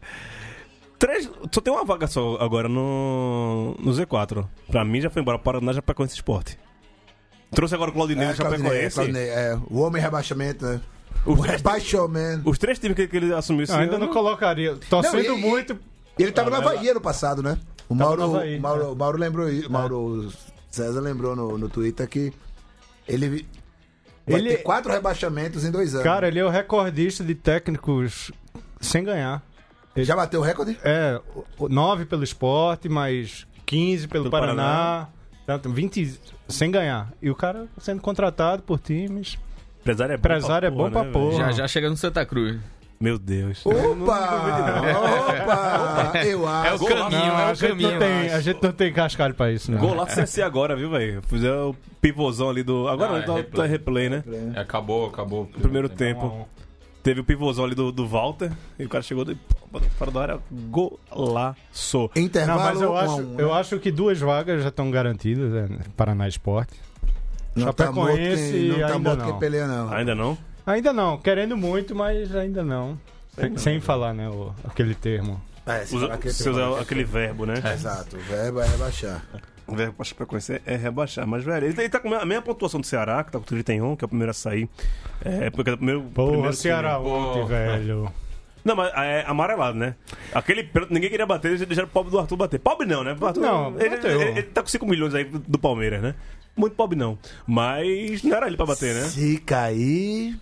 S1: Três, só tem uma vaga só agora no, no Z4. Pra mim já foi embora. Paraná já pegou esse esporte. Trouxe agora o Claudinei
S2: É,
S1: do Chapecoense.
S2: Claudinei, é, o homem rebaixamento, né? O
S1: Os-
S2: rebaixamento.
S1: Os três times que, que ele assumiu esse
S3: Não, Ah, ainda
S1: ano-
S3: não colocaria.
S2: Não,
S3: Torcendo
S2: e-
S3: muito.
S2: E Ele tava no Havaí ano passado, né? O Mauro,
S3: no Havaí, é.
S2: o Mauro, o Mauro lembrou isso. O Mauro César lembrou no, no Twitter que ele vai
S3: Ele-
S2: ter quatro rebaixamentos em dois anos.
S3: Cara, ele é o recordista de técnicos sem ganhar.
S2: Já bateu o recorde?
S3: É, 9 pelo esporte, mais 15
S1: Pelo
S3: pelo, Paraná. Tanto, 20 sem ganhar. E o cara sendo contratado por times.
S1: Empresário é bom
S3: Empresário é
S1: pra
S3: bom pra
S1: né,
S3: porra.
S1: velho?
S5: Já já chega no Santa Cruz.
S1: Meu Deus.
S2: Opa! Opa! Eu
S5: É o
S2: acho.
S5: caminho, é
S3: Ah, a,
S5: o
S3: gente
S5: caminho.
S3: não tem, a gente não tem cascalho pra isso, né? não.
S1: Gol lá do CSC agora, viu, velho? Fizeram o pivôzão ali do. Agora
S4: Não,
S1: não,
S4: é
S1: tá-
S4: replay.
S1: tá replay, né?
S4: É, acabou, acabou.
S1: No primeiro tempo. Teve o pivôzão ali do, do Walter. E o cara chegou do, para da área. Golaço.
S3: Não,
S2: Intervalo
S3: mas eu
S2: um a
S3: acho,
S2: um, né?
S3: eu acho que duas vagas já estão garantidas né? Paraná Esporte.
S2: não tá morto
S3: Chapecoense
S2: quem, não tá
S3: ainda
S2: morto
S3: não.
S2: quem peleia, não.
S1: Ah, Ainda não?
S3: Ainda não, querendo muito, mas ainda não. Sem, sem falar, né, o- aquele termo.
S2: É, se
S1: Usa-
S2: falar que
S1: se
S2: tem-
S1: usar aquele verbo, né?
S2: Exato, o verbo é rebaixar.
S1: O verbo pra Chapecoense é é rebaixar. Mas, velho, ele, ele tá com a mesma pontuação do Ceará, que tá com 31, que é o primeiro a sair. É, porque é o primeiro.
S3: Porra,
S1: primeiro
S3: Ceará
S1: time.
S3: ontem,
S4: Porra.
S3: velho.
S1: Não, mas é amarelado, né? Aquele pênalti, ninguém queria bater, eles deixaram o pobre do Arthur bater. Pobre não, né? O Arthur,
S3: Não,
S1: ele,
S3: bateu.
S1: ele- ele tá com 5 milhões aí do Palmeiras, né? Muito pobre não. Mas não era ele pra bater, né?
S2: Se cair,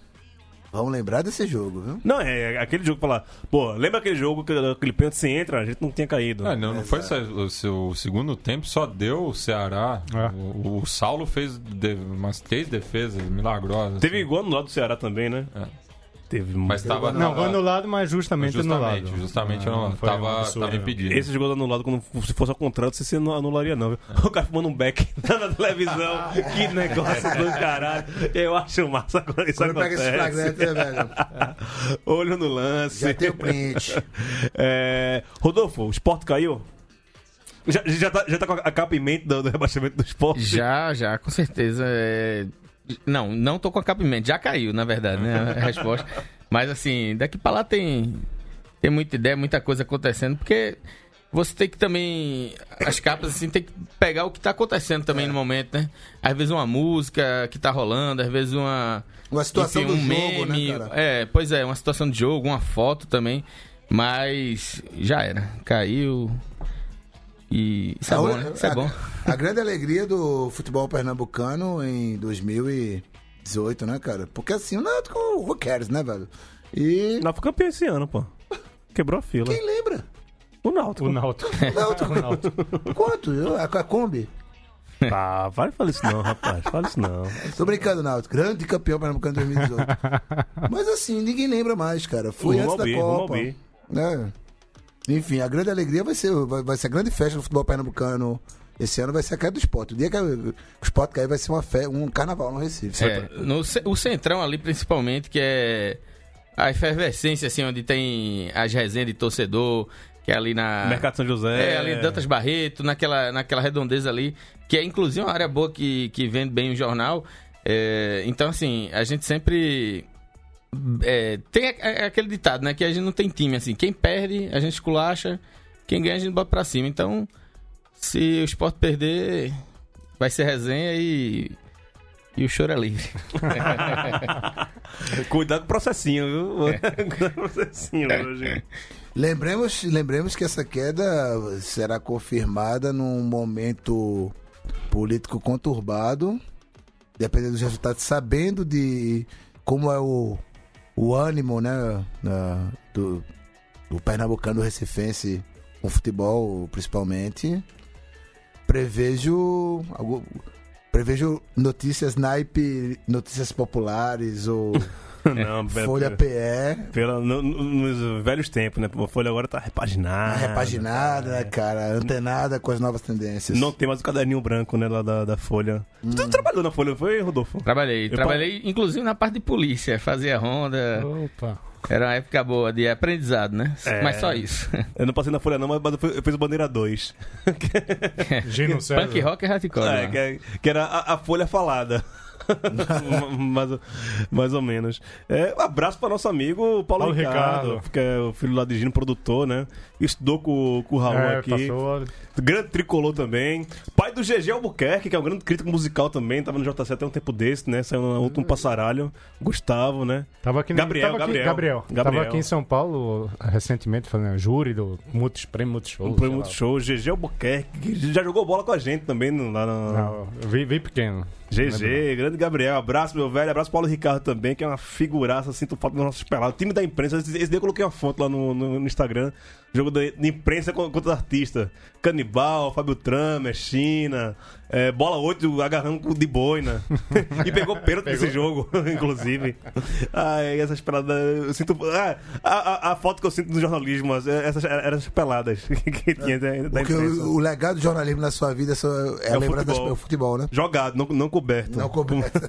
S2: vamos lembrar desse jogo, viu?
S1: Não, é aquele jogo pra lá. Pô, lembra aquele jogo que aquele pênalti se entra, a gente não tinha caído.
S3: É.
S4: Ah, não, não foi só o seu segundo tempo, só deu o Ceará.
S3: É.
S4: O, o Saulo fez de- umas três defesas milagrosas.
S1: Teve
S4: assim.
S1: igual no lado do Ceará também, né?
S3: É.
S1: Teve
S4: Mas
S1: muito.
S4: tava.
S3: Não,
S4: tava-
S3: foi anulado, mas justamente,
S4: Justamente,
S3: anulado.
S4: justamente
S3: Não,
S4: anulado.
S3: foi um
S4: Tava,
S3: absurdo,
S4: tava
S3: não.
S4: impedido.
S1: Esse jogo anulado, quando, se fosse ao contrário, você não anularia, não. viu? O cara fumando um beck na televisão. que negócio do caralho. Eu acho massa quando isso
S2: Quando pega esse
S1: acontece.
S2: flagrante, né, velho?
S1: Olho no lance.
S2: Já tem o print.
S1: É, Rodolfo, o esporte caiu? Já, já, tá, já tá com a capa em mente do, do rebaixamento do esporte?
S5: Já, já, com certeza. é. Não, não tô com acabamento. Já caiu, na verdade, né? A resposta. Mas assim, daqui pra lá tem, tem muita ideia, muita coisa acontecendo, porque você tem que também. As capas, assim, tem que pegar o que tá acontecendo também
S2: É.
S5: no momento, né? Às vezes uma música que tá rolando, às vezes uma.
S2: Uma situação
S5: enfim, um
S2: do jogo, né, cara?
S5: É, pois é, uma situação de jogo, uma foto também. Mas já era. Caiu. E isso é
S2: A
S5: bom,
S2: outra-
S5: né? Isso é
S2: a-
S5: bom.
S2: A grande alegria do futebol pernambucano em 2018, né, cara? Porque assim, o Náutico, who cares, né, velho? E
S1: Não, foi campeão esse ano, pô. Quebrou a fila.
S2: quem lembra?
S1: O Náutico.
S3: O Náutico.
S2: Náutico.
S3: o Náutico.
S2: Quanto? Eu- A, a Kombi?
S1: Ah, vai falar isso não, rapaz. Fala isso não.
S2: Tô brincando, Náutico. Grande campeão pernambucano em 2018. Mas assim, ninguém lembra mais, cara. Foi
S1: Rumo
S2: antes
S1: ao
S2: da
S1: B, rumo ao
S2: Copa.
S1: B.
S2: né? Enfim, a grande alegria vai ser, vai, vai ser a grande festa do futebol pernambucano. Esse ano vai ser a queda do esporte. O dia que a- o esporte cair vai ser uma fe... um carnaval no Recife.
S5: É, no ce- o centrão ali, principalmente, que é a efervescência, assim, onde tem as resenhas de torcedor, que é ali na.
S2: Ah.
S1: Mercado São José.
S5: É, ali em Dantas Barreto, naquela, naquela redondeza ali, que é inclusive uma área boa que, que vende bem o jornal. É, então, assim, a gente sempre. é, tem a- a- aquele ditado, né? Que a gente não tem time, assim. Quem perde, a gente esculacha. Quem ganha, a gente bota pra cima. Então, se o esporte perder, vai ser resenha e. E o choro é livre.
S1: Cuidado com o processinho, viu?
S2: É.
S1: Cuidado com o processinho É, hoje.
S2: Lembremos, lembremos que essa queda será confirmada num momento político conturbado, dependendo dos resultados, sabendo de como é o, o ânimo né, na- do, do pernambucano do recifense, com futebol principalmente. Prevejo, algu- prevejo notícias naipe, notícias populares ou
S1: Não, pera-
S2: Folha PE.
S1: Pela, no- no- nos velhos tempos, né? Pô, A Folha agora tá repaginada.
S2: Ah,
S1: tá,
S2: repaginada,
S1: é.
S2: cara, antenada com as novas tendências.
S1: Não tem mais o caderninho branco, né? Lá da, da Folha. Tu trabalhou na Folha, não foi, Rodolfo?
S5: Trabalhei.
S1: Eu
S5: trabalhei, inclusive, na parte de polícia. Fazia ronda.
S3: Opa.
S5: Era uma época boa de aprendizado, né?
S1: Uhum. É.
S5: Mas só isso.
S1: Eu não passei na Folha, não, mas eu fui- eu fiz o Bandeira 2.
S3: Gino César.
S5: Punk rock e hardcore.
S1: É,
S5: né?
S1: que, é- que era a, a Folha Falada. mais, ou- mais ou menos. É, um abraço para nosso amigo Paulo,
S3: Paulo
S1: Ricardo,
S3: Ricardo.
S1: que é o filho lá de Gino, produtor, né? Estudou com, com o Raul
S3: É,
S1: aqui.
S3: passou.
S1: Grande tricolor também. Pai do GG Albuquerque, que é um grande crítico musical também. Tava no JC até um tempo desse, né? Saiu no último passaralho. Gustavo, né?
S3: Tava aqui
S1: Gabriel,
S3: tava
S1: Gabriel.
S3: Aqui, Gabriel.
S1: Gabriel.
S3: Tava aqui em São Paulo recentemente fazendo júri do Mutos Prêmio Mutos Show.
S1: Um
S3: sei
S1: prêmio
S3: lá.
S1: muito show. GG Albuquerque, que já jogou bola com a gente também no- lá na.
S3: Não, eu vi, vi pequeno.
S1: GG, grande Gabriel. Abraço, meu velho. Abraço, Paulo Ricardo também, que é uma figuraça. Sinto falta dos nossos pelados. Time da imprensa. Esse esse dia eu coloquei uma foto lá no, no- no Instagram. Jogo da, de imprensa con- contra os artistas. Canibal, Fábio Tramer, China. é, bola 8 agarrando com o de boina. e pegou pênalti nesse jogo, inclusive. Ai, essas peladas. Eu sinto. Ah, a, a- a foto que eu sinto do jornalismo, as- essas, eram essas peladas que tinha da, da
S2: Porque
S1: imprensa.
S2: o, o legado do jornalismo na sua vida é, só, é,
S1: É
S2: a
S1: o
S2: lembrança das,
S1: futebol.
S2: é o futebol, né?
S1: Jogado, não, não coberto.
S2: Não coberto.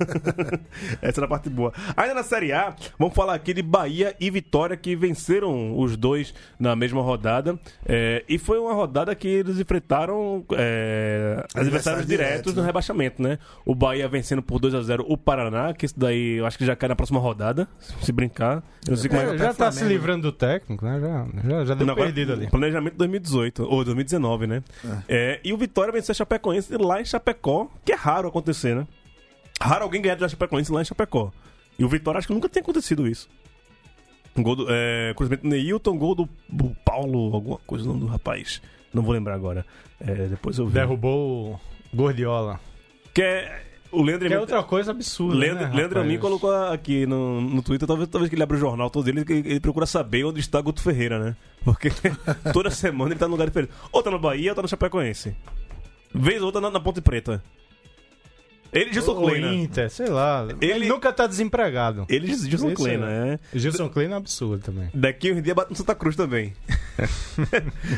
S1: Essa era a parte boa. Ainda na Série A, vamos falar aqui de Bahia e Vitória, que venceram os dois na mesma rodada. É, e foi uma rodada que eles enfrentaram é, adversários
S2: Adversários
S1: diretos
S2: diretos,
S1: no
S2: né?
S1: rebaixamento, né? O Bahia vencendo por 2 a 0 o Paraná, que isso daí eu acho que já cai na próxima rodada, se brincar. Eu não sei como é
S3: É,
S1: que
S3: já tá
S2: Flamengo.
S3: se livrando do técnico, né? Já, já, já deu
S1: não, agora-
S3: perdido ali.
S1: Planejamento 2018, ou 2019, né? É, e o Vitória venceu a Chapecoense lá em Chapecó, que é raro acontecer, né? Raro alguém ganhar da Chapecoense lá em Chapecó. E o Vitória acho que nunca tem acontecido isso. Um gol do, é, cruzamento do Neilton, gol do, do Paulo, alguma coisa, o nome do rapaz. Não vou lembrar agora. É, depois eu vi.
S3: Derrubou o Gordiola.
S1: Que é, o Leandro
S3: Que é
S1: Emin-
S3: outra coisa absurda.
S1: Leandro,
S3: né,
S1: Leandro
S3: rapaz?
S1: Amin colocou aqui no, no Twitter, talvez, talvez que ele abra o jornal todo ele, ele, ele procura saber onde está Guto Ferreira, né? Porque toda semana ele tá num lugar diferente. Ou tá no Bahia, ou tá no Chapecoense. Vez ou outra na, na Ponte Preta. Ele e Gilson
S3: O
S1: Kleina.
S3: Inter, sei lá. Ele,
S1: Ele-
S3: nunca tá desempregado.
S1: Ele e Gilson
S3: Isso
S1: Kleina,
S3: é.
S1: é.
S3: Gilson Kleina é um absurdo também.
S1: Daqui uns dias bate no Santa Cruz também.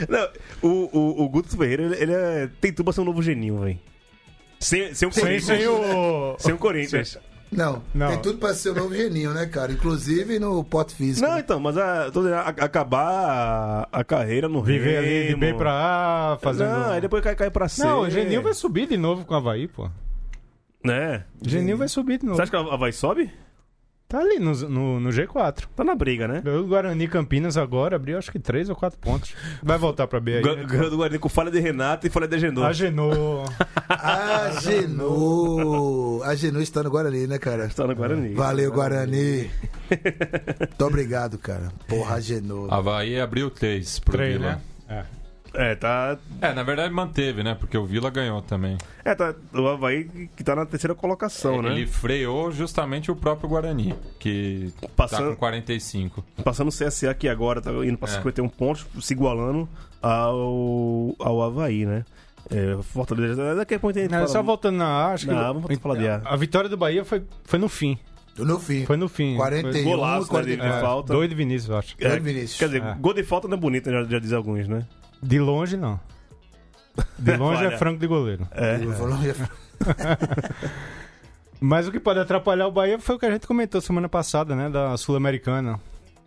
S1: Não, o, o, o Guto Ferreira, ele, ele é, tem tudo pra ser um novo geninho, velho. Sem, um sem o
S3: Sem,
S1: Corinthians.
S3: sem o.
S1: Sem o Corinthians.
S2: Não,
S3: Não.
S2: tem tudo pra ser o novo geninho, né, cara? Inclusive no pote físico.
S3: Né?
S1: Não, então, mas a, tô dizendo, a- acabar a, a carreira no
S3: Viver ali de
S1: Remo.
S3: bem pra A, fazendo.
S1: Não, aí depois cai, cai pra C.
S3: Não, o Genil vai subir de novo com o Havaí, pô.
S1: Né?
S3: Genil vai subir de novo.
S1: Você acha que a Havaí sobe?
S3: Tá ali no, no, no G4.
S1: Tá na briga, né?
S3: O Guarani Campinas agora abriu acho que 3 ou 4 pontos. Vai voltar pra B aí.
S1: Ga- Ganhou do Guarani com falha de Renato e falha de Agenor.
S3: Agenou.
S2: A Ah, Genu. A Genu está no Guarani, né, cara?
S1: Tá no Guarani.
S2: Valeu, Guarani. Muito obrigado, cara. Porra, a Genu.
S1: Ah.
S4: Havaí abriu três pro
S3: 3,
S4: Vila.
S3: né? É.
S1: É, tá.
S4: É, na verdade manteve, né? Porque o Vila ganhou também.
S1: É, tá. O Havaí que tá na terceira colocação, né?
S4: É, Ele freou justamente o próprio Guarani, que tá
S1: Passando-
S4: com 45.
S1: Passando o CSA aqui agora, tá indo pra
S4: É.
S1: 51 pontos, se igualando ao, ao Havaí, né? É, Fortaleza. Daqui a pouco tem.
S3: Não, só voltando na A, acho que.
S1: Não, vamos falar de A.
S3: A vitória do Bahia foi, foi no fim.
S2: Tô no fim.
S3: Foi no fim.
S2: 41
S3: Foi...
S1: Golaço, né,
S2: 44.
S1: de falta.
S3: Doido Vinícius, eu acho.
S2: Grande um, Vinícius.
S1: Quer dizer,
S3: Ah.
S1: gol de falta não é bonito, já, já diz alguns, né?
S3: De longe, não. De longe
S1: Olha.
S3: é franco de goleiro.
S2: Eu vou
S1: é.
S2: longe.
S3: Mas o que pode atrapalhar o Bahia foi o que a gente comentou semana passada, né? Da Sul-Americana.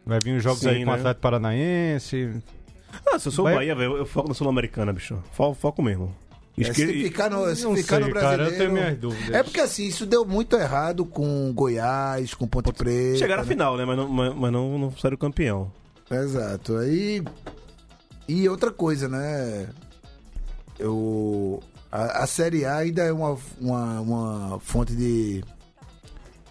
S3: Vai vir os jogos
S1: Sim,
S3: aí com o
S1: né?
S3: Atlético Paranaense.
S1: Ah, se eu sou o Bahia,
S3: Bahia-
S1: velho, eu foco na Sul-Americana, bicho. Foco, foco mesmo.
S2: É, se ficar no, se
S3: Não
S2: ficar
S3: sei,
S2: no
S3: cara, eu
S2: brasileiro.
S3: tenho minhas dúvidas.
S2: É porque assim, isso deu muito errado com Goiás, com Ponte Preta.
S1: Chegaram à
S2: né?
S1: final, né? Mas não, mas, mas não, não saíram campeão.
S2: Exato. Aí. E outra coisa, né? Eu. A, a Série A ainda é uma, uma, uma fonte de,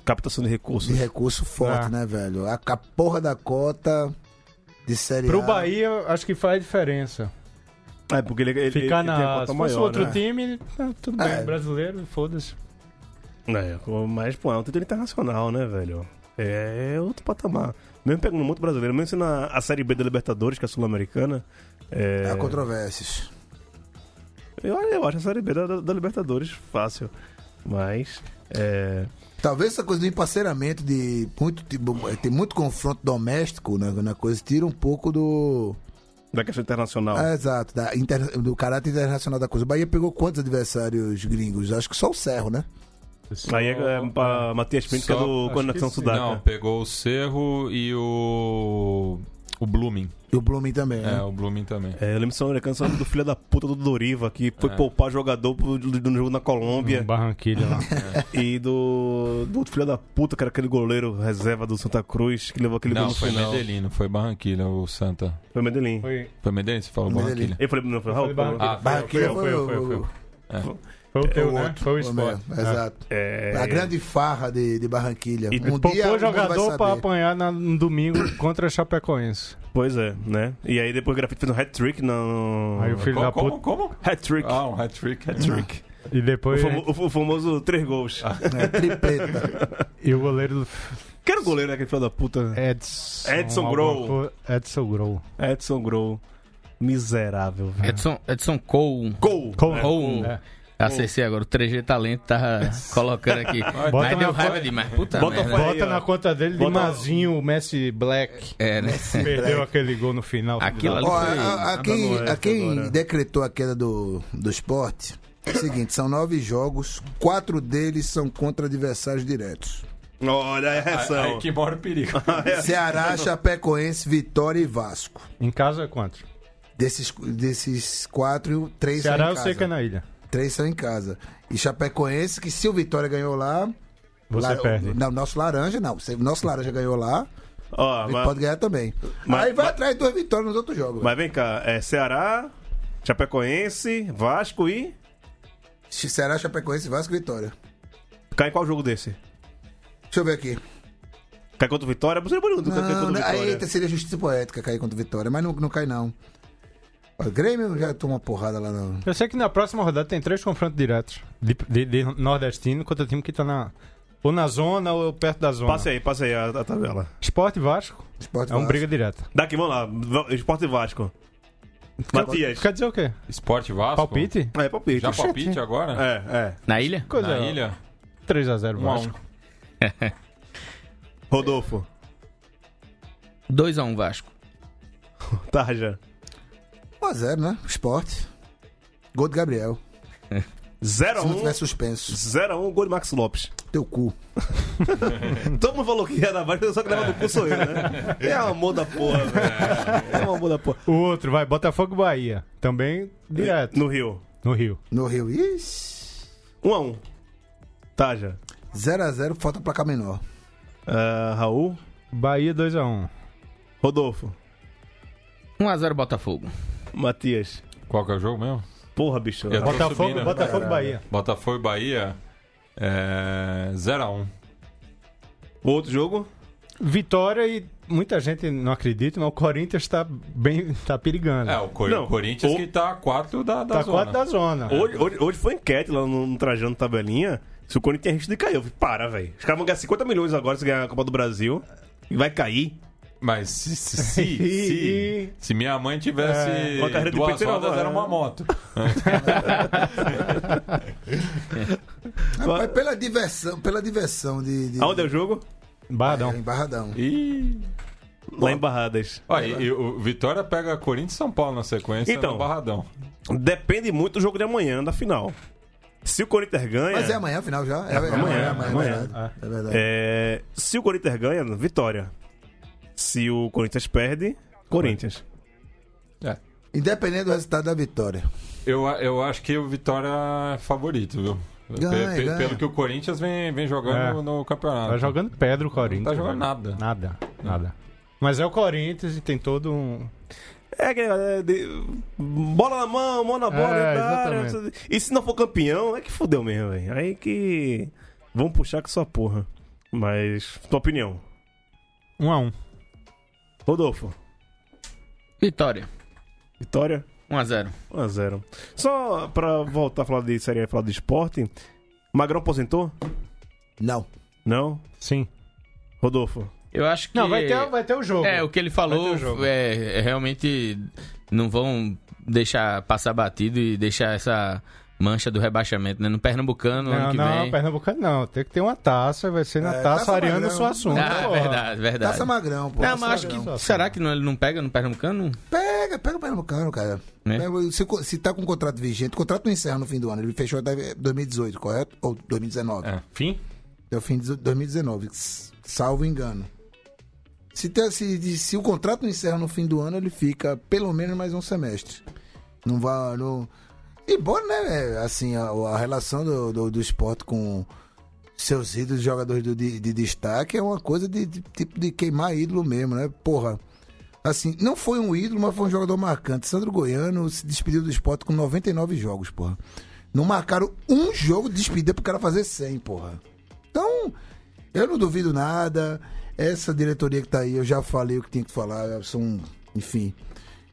S1: Captação de recursos.
S2: de recurso forte,
S3: Ah.
S2: né, velho? A, a porra da cota de Série
S3: Pro
S2: A.
S3: Bahia, eu acho que faz diferença.
S1: É, porque ele, ele,
S3: Ficar
S1: ele tem a
S3: na.
S1: cota
S3: Se fosse
S1: maior,
S3: outro
S1: né?
S3: time, tá, tudo bem.
S2: É.
S3: Brasileiro, foda-se.
S1: É, mas, pô, é um título internacional, né, velho? É outro patamar. Mesmo pegando muito brasileiro, mesmo sendo a, a Série B da Libertadores, que é a Sul-Americana. É,
S2: Há controvérsias.
S1: eu, eu acho a Série B da, da- da Libertadores fácil. Mas. É,
S2: Talvez essa coisa do emparceramento de muito tipo, tem muito confronto doméstico né, na coisa tira um pouco do
S1: da questão internacional.
S2: Ah, exato da inter- do caráter internacional da coisa. O Bahia pegou quantos adversários gringos? Acho que só o Cerro, né?
S1: Aí é, é pra Matias Pinto, que é
S4: Só-
S1: do
S3: acho
S1: Conexão
S3: que sim.
S1: Sudaca.
S4: Não, pegou o Cerro e o. O Blooming.
S2: E o Blooming também.
S4: É,
S2: né?
S4: o Blooming também.
S1: É, eu lembro de São Americano só do filho da puta do Doriva, que foi
S4: É.
S1: poupar jogador pro- do, do jogo na
S3: Um
S1: Colômbia.
S3: Barranquilha lá.
S1: E do, do outro filho da puta, que era aquele goleiro reserva do Santa Cruz, que levou aquele gol
S4: Não,
S1: no
S4: foi
S1: final.
S4: Medellín, não foi Barranquilha, o Santa.
S1: Foi Medellín.
S3: Foi.
S4: Foi Medellín? Você falou Barranquilha.
S2: Medellín.
S1: Eu falei, não, foi
S3: Eu
S1: Raul.
S3: falei Barranquilla.
S4: Ah,
S3: Foi eu, foi
S2: Barranquilla
S3: eu, foi eu, foi eu, foi eu. Foi
S2: É
S3: o teu, né? Foi o esporte.
S2: mesmo, Exato.
S1: É,
S2: A grande farra de, de Barranquilha.
S1: E
S2: um dia
S3: Poupou
S2: o
S3: o jogador pra apanhar na- no domingo contra a Chapecoense.
S1: Pois é, né? E aí depois o Grafite fez um hat-trick no...
S3: Aí o filho da
S4: Como,
S3: puta.
S4: como, como?
S1: Hat-trick.
S4: Ah, um hat-trick.
S1: Hat-trick.
S3: E
S1: O,
S3: depois.
S1: famo- o famoso três gols.
S2: É, tripleta.
S3: E o goleiro do
S1: Que era o goleiro daquele filho da puta?
S3: Edson.
S1: Edson
S3: alguma
S1: Grohl.
S3: coisa- Edson Grohl.
S1: Edson Grohl. Miserável, velho.
S5: Edson, Edson Cole.
S1: Gol!
S3: é- Cole.
S5: Cole.
S3: É.
S5: Acessei agora, o 3G Talento tava colocando aqui.
S3: Bota
S5: Mas deu
S3: na
S5: raiva
S3: fo-
S5: demais. Puta
S1: Bota
S5: merda.
S1: fo-
S3: um Bota
S1: É. Aí, ó.
S3: na conta dele de
S1: Bota-
S3: Mazinho, o Messi Black.
S5: É, né?
S3: Perdeu aquele gol no final.
S5: Aquilo ali
S2: Ó,
S5: foi.
S2: a, a- a
S3: é
S2: quem,
S1: Abra
S2: a quem
S1: agora.
S2: decretou a queda do, do esporte é o seguinte: são nove jogos, quatro deles são contra adversários diretos.
S1: Olha essa.
S4: Aí que mora o perigo.
S2: Ceará, Chapecoense, Vitória e Vasco.
S3: Em casa é quanto?
S2: Desses, desses quatro, três
S3: Ceará
S2: são
S3: eu
S2: em casa.
S3: sei que é na ilha.
S2: Três são em casa. E Chapecoense, que se o Vitória ganhou lá.
S3: Você
S2: lar-
S3: perde.
S2: Não, nosso Laranja não. Se o nosso Laranja ganhou lá,
S1: Ó,
S2: ele
S1: Ah, mas,
S2: pode ganhar também.
S1: mas-
S2: Aí vai
S1: mas-
S2: atrás de duas vitórias nos outros jogos.
S1: mas vem cá. É Ceará, Chapecoense, Vasco e...
S2: Ceará, Chapecoense, Vasco e Vitória.
S1: Cai qual jogo desse?
S2: Deixa eu ver aqui.
S1: Cai contra o Vitória? Você não pode não, cai
S2: Não,
S1: contra o
S2: não,
S1: Vitória.
S2: eita, seria justiça poética cair contra o Vitória, mas não, não cai não. O Grêmio já toma uma porrada lá não.
S3: Eu sei que na próxima rodada tem três confrontos diretos de, de- de nordestino contra o time que tá na. Ou na zona ou perto da zona.
S1: Passa aí, passa aí a, a tabela.
S3: Esporte e Vasco
S2: Esporte
S3: é um
S2: Vasco.
S3: briga direta.
S1: Daqui, vamos lá. Va- Esporte e Vasco. Matias.
S3: Quer dizer o quê?
S4: Esporte Vasco.
S3: Palpite?
S1: É, palpite.
S4: Já palpite agora?
S1: É, é.
S5: Na ilha?
S3: Coisa.
S4: Na ilha?
S3: 3x0
S4: Um a um.
S3: Vasco.
S1: Rodolfo.
S5: 2x1 Vasco.
S1: Tarja.
S2: 1x0, né? Esporte. Gol de Gabriel. Se não
S1: 0x1.
S2: tiver suspenso.
S1: 0x1, gol de Max Lopes.
S2: Teu cu.
S1: Todo mundo falou que ia dar Vasco, só que leva do cu sou eu, né? É um amor da porra, velho. É um amor da porra.
S3: O outro vai, Botafogo e Bahia. Também direto.
S1: No Rio.
S4: É.
S3: No Rio.
S2: No Rio. Ixi.
S1: 1x1. Tarja.
S2: 0x0, falta placar menor.
S1: Ah, Raul.
S3: Bahia 2x1.
S1: Rodolfo.
S5: 1x0 Botafogo.
S1: Matias.
S4: Qual que é o jogo mesmo?
S1: Porra, bicho.
S4: Eu tô
S3: Botafogo,
S4: subindo.
S3: Botafogo e Bahia.
S4: Botafogo e Bahia. É. 0x1.
S1: Outro jogo.
S3: Vitória e muita gente não acredita, mas o Corinthians tá bem, tá perigando.
S4: É, o Cor-
S1: Não,
S4: Corinthians
S1: o-
S4: que tá a 4 da, da
S3: tá
S4: zona.
S3: quase da zona.
S1: Hoje, hoje, hoje foi enquete lá no, no Trajano Tabelinha. Se o Corinthians tem risco de cair, eu falei, para, velho. Os caras vão ganhar 50 milhões agora se ganhar a Copa do Brasil. E vai cair.
S4: Mas se, se, se, se, se minha mãe tivesse
S1: uma carreira de é.
S4: duas
S1: peitoral,
S4: rodas,
S1: né?
S4: era uma moto.
S2: Rapaz, pela diversão, pela diversão de. de
S1: Aonde é o jogo?
S2: Em
S3: Barradão.
S4: É.
S2: Barradão.
S4: Ih.
S1: Lá em Barradas.
S4: Olha, e, e o Vitória pega Corinthians e São Paulo na sequência
S1: É Então.
S4: no Barradão.
S1: Depende muito do jogo de amanhã, da final. Se o Corinthians ganha.
S2: Mas é amanhã, afinal, já? É,
S1: amanhã,
S2: é
S1: amanhã.
S2: verdade. É verdade.
S1: É, se o Corinthians ganha, vitória. Se o Corinthians perde, Corinthians. É.
S2: Independente do resultado da vitória.
S4: Eu, a- eu acho que o Vitória é favorito, viu?
S2: Ganha,
S4: Pe- pe-
S2: ganha.
S4: Pelo que o Corinthians vem, vem jogando
S3: É.
S4: no
S5: Ah,
S4: campeonato.
S3: Tá jogando pedra o Corinthians.
S4: Tá jogando nada.
S3: Nada,
S5: Hum.
S3: nada. Mas é o Corinthians e tem todo um.
S1: É, que, é, de- bola na mão, mão na bola,
S3: É,
S1: é, cara,
S3: exatamente.
S1: e se não for campeão, é que fudeu mesmo, velho. Aí que vão puxar com sua porra. Mas, tua opinião.
S3: Um a um.
S1: Rodolfo,
S5: Vitória.
S1: vitória
S5: 1x0.
S1: 1x0. Só pra voltar a falar de série A e falar de esporte, Magrão aposentou?
S2: Não.
S1: Não?
S3: Sim.
S1: Rodolfo.
S5: Eu acho que.
S3: Não, vai ter, vai ter o jogo.
S5: É, o que ele falou
S3: Vai ter o jogo.
S5: é, é realmente não vão deixar passar batido e deixar essa mancha do rebaixamento, né? No Pernambucano, ano
S3: Não,
S5: que
S3: não,
S5: vem.
S3: Pernambucano não. Tem que ter uma taça, vai ser na
S2: É,
S3: taça,
S2: taça
S3: Ariano Ah,
S2: Magrão.
S3: Suassuna.
S5: Ah,
S3: porra.
S5: verdade,
S3: Tá
S5: verdade.
S2: Taça Magrão, pô.
S5: Não,
S2: Taça
S5: mas acho
S2: Magrão.
S5: que. Será
S3: assim.
S5: que não, ele não pega no Pernambucano?
S2: Pega, pega o Pernambucano, cara.
S5: Né?
S2: Pega- Se, co- se tá com contrato vigente, o contrato não encerra no fim do ano. Ele fechou até 2018, correto? Ou 2019.
S4: É. Fim?
S2: Até o fim de 2019, s- salvo engano. Se, tem- se, se o contrato não encerra no fim do ano, ele fica pelo menos mais um semestre. Não vai. Não... E bom, né? é, Assim, a, a relação do, do, do esporte com seus ídolos, jogadores do- de, de destaque, é uma coisa de, de- tipo de queimar ídolo mesmo, né? Porra. Assim, não foi um ídolo, mas foi um jogador marcante. Sandro Goiano se despediu do esporte com 99 jogos, porra. Não marcaram um jogo de despedida pro cara fazer 100, porra. Então, eu não duvido nada. Essa diretoria que tá aí, eu já falei o que tinha que falar. São, enfim.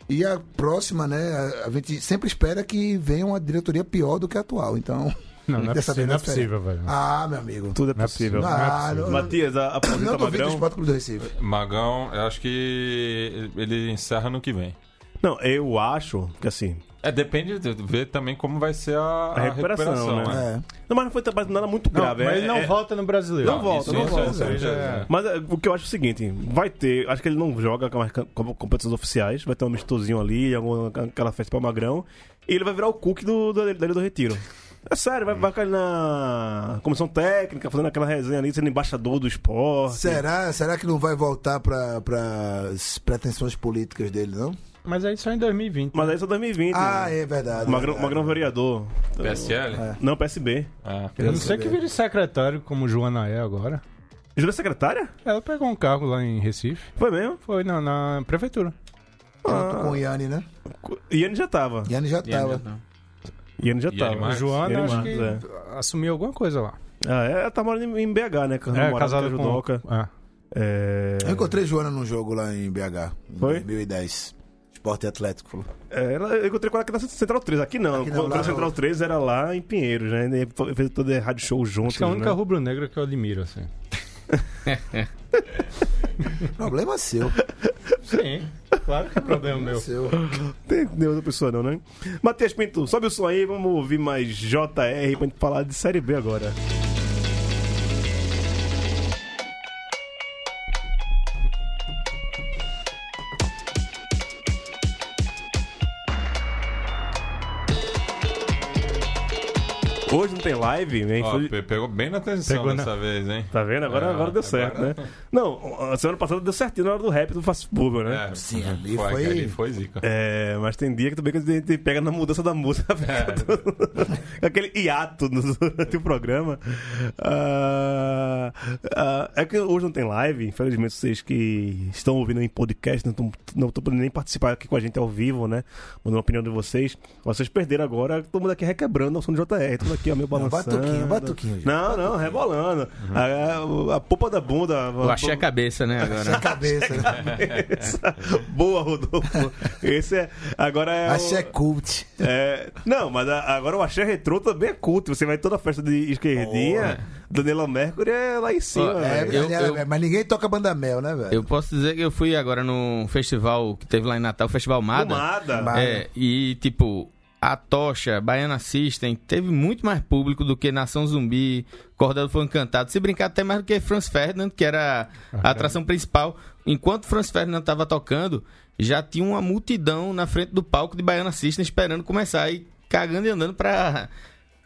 S2: E a próxima, né? a- A gente sempre espera que venha uma diretoria pior do que a atual. Então.
S3: Não, não é
S2: dessa vez
S3: possível, não é
S2: nós esperamos.
S3: possível, velho.
S2: Ah, meu amigo.
S1: Tudo é
S3: Não é
S1: possível.
S3: possível.
S2: Ah, não, não,
S1: Matias, a- aposenta
S2: não duvido do
S1: Magrão?
S2: Esporte Clube do Recife.
S4: Magão, eu acho que ele encerra no que vem.
S1: Não, eu acho que assim,
S4: É, depende de de ver também como vai ser a,
S1: A
S4: a
S1: recuperação, né?
S2: É.
S1: Não, mas não foi trabalho nada muito
S3: Não,
S1: grave.
S3: mas
S1: é-
S3: ele não
S1: é-
S3: volta no brasileiro.
S1: Não volta,
S4: isso,
S1: não
S4: isso,
S1: volta.
S4: isso aí já-
S3: É.
S1: Mas é, o que eu acho é o seguinte, vai ter, acho que ele não joga com as cam- com competições oficiais, vai ter um mistozinho ali, alguma, aquela festa pra magrão, e ele vai virar o cook do, do, da Ilha do retiro. É sério, vai, vai ficar ali na comissão técnica, fazendo aquela resenha ali, sendo embaixador do esporte.
S2: Será, será que não vai voltar para as pretensões políticas dele, não?
S3: Mas é aí só em 2020.
S1: Mas aí só 2020.
S2: Ah,
S1: né?
S2: é verdade. é
S1: Magrão,
S2: verdade.
S1: magrão vereador.
S4: PSL? É.
S1: Não, PSB.
S4: Ah.
S3: Eu não sei que vire secretário como Joana é agora.
S1: Júlia é secretária?
S3: Ela pegou um cargo lá em Recife.
S1: Foi mesmo?
S3: Foi na, na prefeitura.
S2: Junto com o Yanni, né?
S1: Iane já tava.
S2: Yanni já tava.
S1: Iane já
S4: Iane
S1: tava.
S4: Marques.
S3: Joana,
S1: Ele
S3: acho
S1: Marques,
S3: que
S5: é.
S3: assumiu alguma coisa lá.
S1: Ah, é, ela tá morando em BH, né? Com a
S3: É,
S1: namorada
S3: casada
S1: que é
S3: com...
S1: judoca.
S3: Ah.
S1: É...
S2: Eu encontrei Joana num jogo lá em BH. Em
S1: Foi?
S2: 2010. Esporte Atlético.
S1: É, ela- eu encontrei com ela aqui na Central 3. Aqui não.
S2: Aqui não,
S1: quando
S2: lá
S1: a Central
S2: não.
S1: 3 era lá em Pinheiros, né? E Fez todo rádio show junto.
S3: Acho que é a única
S1: né?
S3: rubro-negra que eu admiro, assim.
S2: Problema é seu.
S3: Sim, claro que é problema meu.
S2: seu.
S1: Tem tem outra pessoa não, né? Matheus Pinto, sobe o som aí. Vamos ouvir mais JR pra gente falar de Série B agora. Hoje não tem live, né? hein?
S4: Ó,
S1: Foi-
S4: pe- pegou bem na atenção
S3: Pegou na-
S4: dessa vez, hein?
S1: Tá vendo? Agora,
S4: É,
S1: agora deu
S4: agora-
S1: certo, né? Não, a semana passada deu certinho na hora do rap do Fast Bubble, né?
S4: É,
S2: Sim, ali
S4: foi,
S2: foi-
S4: ali foi zica.
S1: É. mas tem dia que também que a gente pega na mudança da música.
S4: É.
S1: fica todo- Aquele hiato no- durante o programa. Ah, ah, é que hoje não tem live, infelizmente vocês que estão ouvindo em podcast não estão não estão podendo nem participar aqui com a gente ao vivo, né? Mandando a opinião de vocês. Vocês perderam agora, todo mundo aqui requebrando o som do JR. Todo aqui, ó, meio
S4: um
S1: balançando.
S2: um batuquinho, batuquinho, gente.
S1: Não, não, rebolando. A, a, a polpa da bunda.
S5: Eu achei a cabeça, né, agora.
S2: Cabeça. né?
S1: Essa- Boa, Rodolfo. Esse é. Agora é. o-
S2: Achei é cult.
S1: é, Não, mas a- agora o Axé Retrô também é culto. Você vai em toda festa de esquerdinha, Danilo Mercury é lá em cima.
S5: Ó,
S2: É,
S1: velho.
S5: eu-
S2: mas-
S5: eu-
S2: Mas ninguém toca banda mel, né, velho?
S5: Eu posso dizer que eu
S2: É
S5: fui agora num festival que teve lá em Natal, o Festival Mada.
S1: Pomada.
S2: Mada.
S5: É, e tipo, A Tocha, Baiana System, teve muito mais público do que Nação Zumbi, Cordel foi encantado. Se brincar até mais do que Franz Ferdinand, que era
S3: Ah,
S5: a atração principal. Enquanto Franz Ferdinand estava tocando, já tinha uma multidão na frente do palco de Baiana System esperando começar e cagando e andando pra,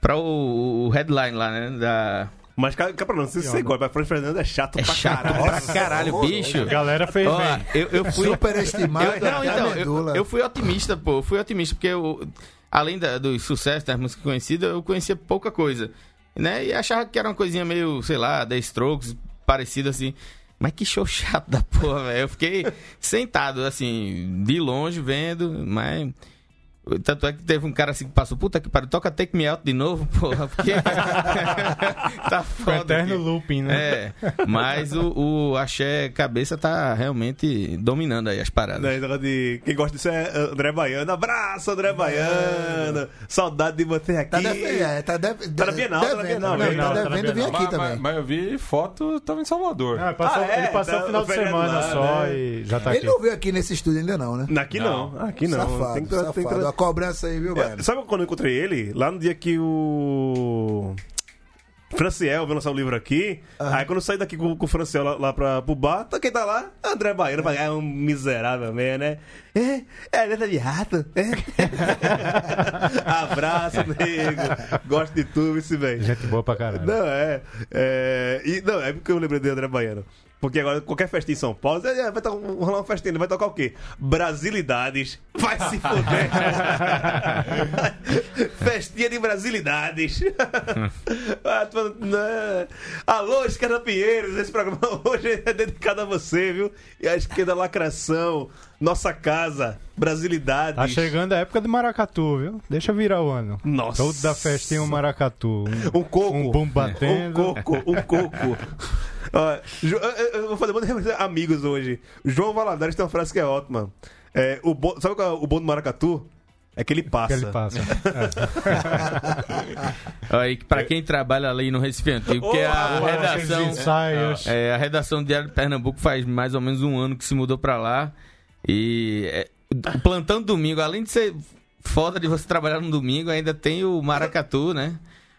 S5: pra o, o headline lá, né? Da,
S1: Mas cá, cá pra não, se você gosta, mas Franz Fernando é chato
S5: é
S1: pra
S5: chato
S1: caralho.
S5: pra caralho, bicho.
S3: A galera fez
S5: Ó,
S3: bem.
S5: eu, eu fui.
S2: Superestimado
S5: Eu,
S2: até
S5: não,
S2: a
S5: então,
S2: é medula.
S5: eu, eu fui otimista, pô. Eu fui otimista, porque eu, além da, dos sucessos das músicas conhecidas, eu conhecia pouca coisa. Né? E achava que era uma coisinha meio, sei lá, The Strokes, parecido assim. Mas que show chato da porra, velho. Eu fiquei sentado, assim, de longe, vendo, mas. Tanto é que teve um cara assim que passou, puta que pariu, toca Take Me Out de novo, porra, porque. tá
S3: Foi um
S5: foda.
S3: eterno
S5: aqui.
S3: looping, né?
S5: É, mas o, o axé cabeça tá realmente dominando aí as paradas.
S3: É.
S1: Né, negócio de- Quem gosta disso é André Baiano. Abraço, André Baiano. Saudade de você aqui.
S2: Tá devendo. É, tá deve-
S1: Tá na Bienal, tá na
S2: devendo,
S1: Bienal,
S2: tá
S3: Bienal, tá na
S2: devendo vir
S3: Bienal.
S2: aqui
S4: mas,
S2: também.
S4: mas, mas eu vi foto, tava em Salvador.
S3: Ah, passou-
S1: Ah, é,
S3: ele passou
S1: tá
S3: o final de
S1: feriado
S3: semana
S1: lá,
S3: só
S1: né?
S3: e já tá aqui.
S2: Ele não veio aqui nesse estúdio ainda não, né?
S1: Aqui não. aqui não.
S2: Safado,
S1: Tem que-
S2: safado.
S1: tem que-
S2: A cobrança aí, viu,
S1: É,
S2: Baiano?
S1: Sabe quando eu encontrei ele? Lá no dia que o. Franciel veio lançar o livro aqui. Aí quando eu saí daqui com, com o Franciel lá, lá pra, pro bar, tá- quem tá lá? André Baiano. Eu falei, Ah, É um miserável mesmo, né? É, é letra de rato. É. Abraço, nego. Gosto de tudo, esse velho.
S3: Gente boa pra caralho.
S1: Não, é. é e, não, é porque eu lembrei do André Baiano. Porque agora qualquer festa em São Paulo, é, é, vai tocar, um- rolar uma festinha, ele vai tocar o quê? Brasilidades. Vai se fuder. festinha de Brasilidades. Ah, tu- né? Alô, escarapinheiros, esse programa hoje é dedicado a você, viu? E à esquerda lacração, nossa casa, Brasilidades.
S3: Tá chegando a época do maracatu, viu? Deixa virar o ano.
S1: Nossa.
S3: Toda festa tem um maracatu. Um,
S1: Um coco.
S3: Um bum
S1: Um
S3: batendo.
S1: coco, um coco. Ó, Ju- eu- eu, eu vou fazer muita referência a amigos hoje. João Valadares tem uma frase que é ótima. É, o bo- sabe qual é o bom do maracatu? É que ele
S3: que
S1: passa.
S3: ele passa.
S5: Aí, pra
S3: É.
S5: quem trabalha ali no Recife Antigo, porque a
S3: Pô, aqueles
S5: redação.
S3: ensaios.
S5: É, a redação do Diário de Pernambuco faz mais ou menos um ano que se mudou pra lá. E é, o plantão domingo, além de ser foda de você trabalhar no domingo, ainda tem o maracatu, né?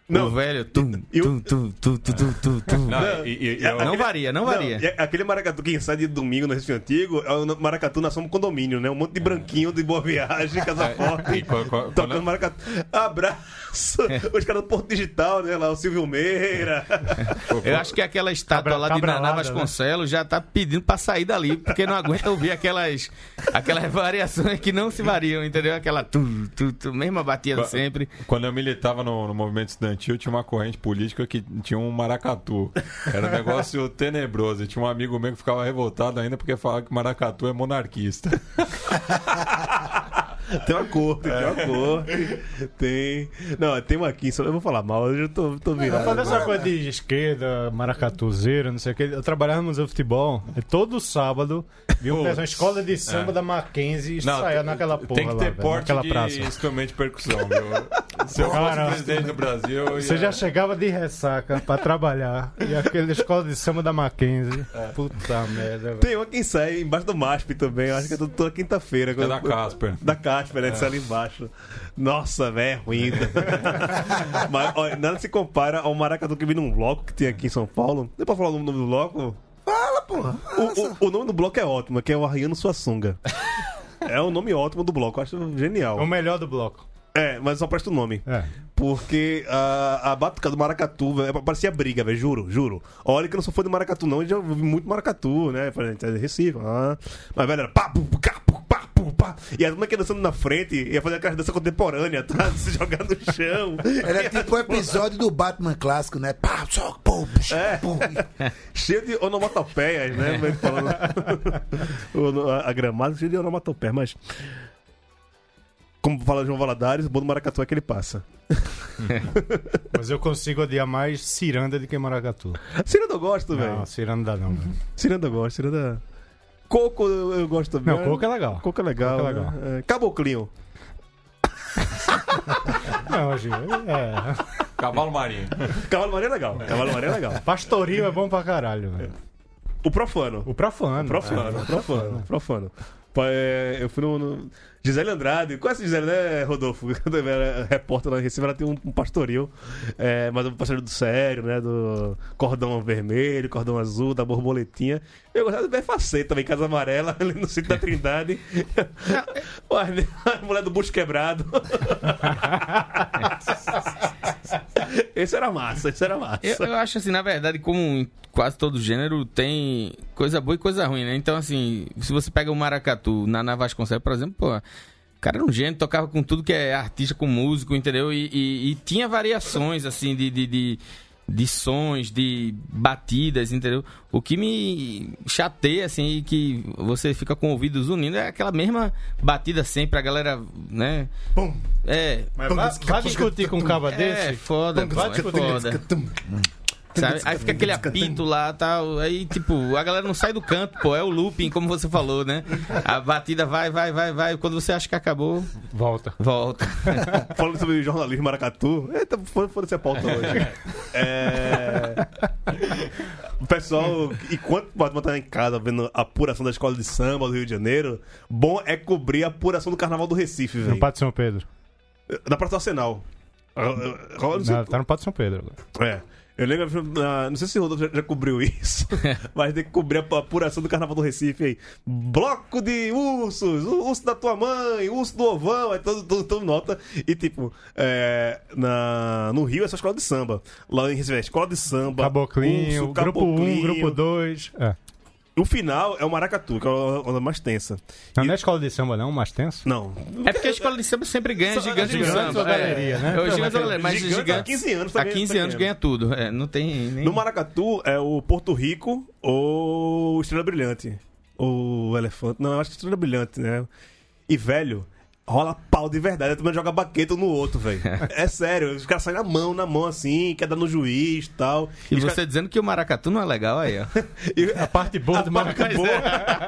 S1: Não,
S5: o velho. Tum,
S1: e
S5: tum,
S1: o-
S5: tum, tum, tum, tum, tum, tum.
S4: Não, e- e- e
S1: É,
S4: eu-
S5: Não varia, não varia.
S1: e é- aquele maracatu que sai de domingo no Recife Antigo é o maracatu nação do condomínio, né? Um monte de branquinho de boa viagem, casa
S4: É, e
S1: forte,
S4: quando- quando- É.
S1: tocando maracatu. Abraço! Os caras do Porto Digital, né? Lá o Silvio Meira.
S5: Eu acho que aquela estátua
S3: Cabra-
S5: lá de Naná
S3: cabralada,
S5: Vasconcelos já tá pedindo pra sair dali, porque não aguenta ouvir aquelas, aquelas variações que não se variam, entendeu? Aquela tu, tu, tu, mesma batida
S4: Qua-
S5: sempre.
S4: Quando eu militava no, no movimento estudantil, tinha uma corrente política que tinha um maracatu. Era um negócio tenebroso. E tinha um amigo meu que ficava revoltado ainda porque falava que maracatu é monarquista.
S1: Tem uma cor, tem uma cor.
S2: É.
S1: Tem. Não, tem uma aqui, só eu vou falar mal, hoje eu tô, tô virado.
S3: Falando essa coisa de esquerda, maracatuzeira, não sei o que. Eu trabalhava no Museu de Futebol e todo sábado vi um- uma escola de samba da Mackenzie ensaiar
S4: tem-
S3: naquela porra
S4: Tem que
S3: lá,
S4: ter
S3: velho,
S4: porte
S3: naquela
S4: de
S3: praça.
S4: instrumento de percussão, meu. Se eu
S3: Cara,
S4: fosse presidente do Brasil, eu
S3: Você
S4: ia-
S3: já chegava de ressaca pra trabalhar e aquela escola de samba da Mackenzie.
S1: É.
S3: Puta merda, velho.
S1: Tem uma que sai embaixo do MASP também, eu acho que é toda quinta-feira.
S4: É da Casper. É.
S1: Da Casper, né? Que sai ali embaixo. Nossa, velho, é ruim. Mas ó, nada se compara ao maracatu que vi num bloco que tem aqui em São Paulo. Deu pra falar o nome do bloco?
S2: Fala, porra.
S1: O, o- o nome do bloco é ótimo, que é o Arriano Suassuna. É o nome ótimo do bloco, eu acho
S3: É O
S1: genial.
S3: melhor do bloco.
S1: É, mas só presta o nome.
S3: É.
S1: Porque a, a batuca do maracatu, velho, é, parecia briga, velho, juro, juro. Olha que eu não sou fã de maracatu, não, eu já ouvi muito maracatu, né? Falei, tá de Recife, ah. Mas, velho, era pá, pu, pu, cá, pu, pá, pu, pá. E a turma que ia dançando na frente, ia fazer aquela dança contemporânea, tá? Se jogar no chão.
S2: Era tipo um episódio do Batman clássico, né? Pá, só, pum, psh,
S1: É.
S2: pum.
S1: Cheio de onomatopeias, né? Mas falando- Ono- a, a gramada cheia de onomatopeias, mas. Como fala João Valadares, o bom do maracatu é que ele passa.
S3: Mas eu consigo odiar mais Ciranda do que Maracatu.
S1: Ciranda eu gosto, velho.
S3: Não, Ciranda não. velho.
S1: Ciranda eu gosto, Ciranda. Coco eu, eu gosto também.
S3: Não, Coco é legal.
S1: Coco é legal.
S3: Coco é
S1: né? É, Caboclinho.
S3: Não, gente, é.
S4: Cavalo marinho.
S1: Cavalo Maria é legal. Cavalo Maria é legal.
S3: Pastoril é bom pra caralho, velho.
S1: O profano. É,
S3: O profano.
S1: Profano, profano, profano. Pa- é, Eu fui no, no. Gisele Andrade, conhece Gisele, né, Rodolfo? Quando eu era repórter lá em Recife, ela tem um, um pastoril, é, mas um pastoril do sério, né? Do cordão vermelho, cordão azul, da borboletinha. Eu gostava de ver faceta também, Casa Amarela, ali no sítio da Trindade. Olha, a mulher do bucho quebrado. Esse era massa, esse era massa.
S5: Eu, eu acho assim, na verdade, como em quase todo gênero, tem coisa boa e coisa ruim, né? Então, assim, se você pega o maracatu na Navas Vasconcelos, por exemplo, pô, o cara era um gênio, tocava com tudo que é artista, com músico, entendeu? E, e- e tinha variações, assim, de, de, de, de sons, de batidas, entendeu? O que me chateia, assim, e que você fica com ouvidos unindo é aquela mesma batida sempre, a galera, né?
S7: Pum.
S5: É,
S7: Mas
S3: Vai, vai discutir com um caba
S5: é
S3: desse?
S5: foda, pô, é foda. Sabe? Aí fica aquele apito lá tal. Aí, tipo, a galera não sai do canto, pô. É o looping, como você falou, né? A batida vai, vai, vai, vai. Quando você acha que acabou,
S3: Volta.
S5: volta.
S1: Falando sobre jornalismo maracatu, eita, foda- foda-se a pauta hoje. É... O pessoal, enquanto o Batman tá em casa vendo a apuração da escola de samba do Rio de Janeiro, bom é cobrir a apuração do carnaval do Recife,
S3: No
S1: velho.
S3: Pato São um Pedro.
S1: Na Praça do Arsenal. Rola- rola- não sei-
S3: Não, tá no Pato São Pedro agora.
S1: É. Eu lembro, ah, não sei se o Rodolfo já, já cobriu isso, mas tem que cobrir a apuração do Carnaval do Recife aí. Bloco de ursos, o urso da tua mãe, o urso do ovão, é todo, todo, todo nota. E tipo, é, na, no Rio é só escola de samba. Lá em Recife é escola de samba,
S3: Caboclinho,
S1: urso,
S3: grupo 1, um,
S1: caboclinho.
S3: grupo 2. É.
S1: O final é o maracatu, que é a onda mais tensa.
S3: Não, não é escola de samba, não, mais tenso.
S1: Não,
S5: É porque a escola de samba sempre ganha gigante do
S1: gigantes
S5: samba.
S3: ou galeria,
S5: é.
S3: né?
S5: É, o gigante ou galeria, mas
S1: Gigante,
S5: gigante,
S1: há 15 anos
S5: Há
S1: também-
S5: 15
S1: também
S5: anos
S1: é.
S5: ganha tudo. É, não tem nem.
S1: No Maracatu é o Porto Rico ou Estrela Brilhante. Ou Elefante. Não, eu acho que Estrela Brilhante, né? E, velho, rola pau de verdade. A turma joga baqueta um no outro, velho. é sério. Os caras saem na mão, na mão assim, quer dar no juiz tal.
S5: E
S1: os
S5: você dizendo que o maracatu não é legal aí, ó.
S3: A parte boa do
S1: caras-
S3: Maracatu.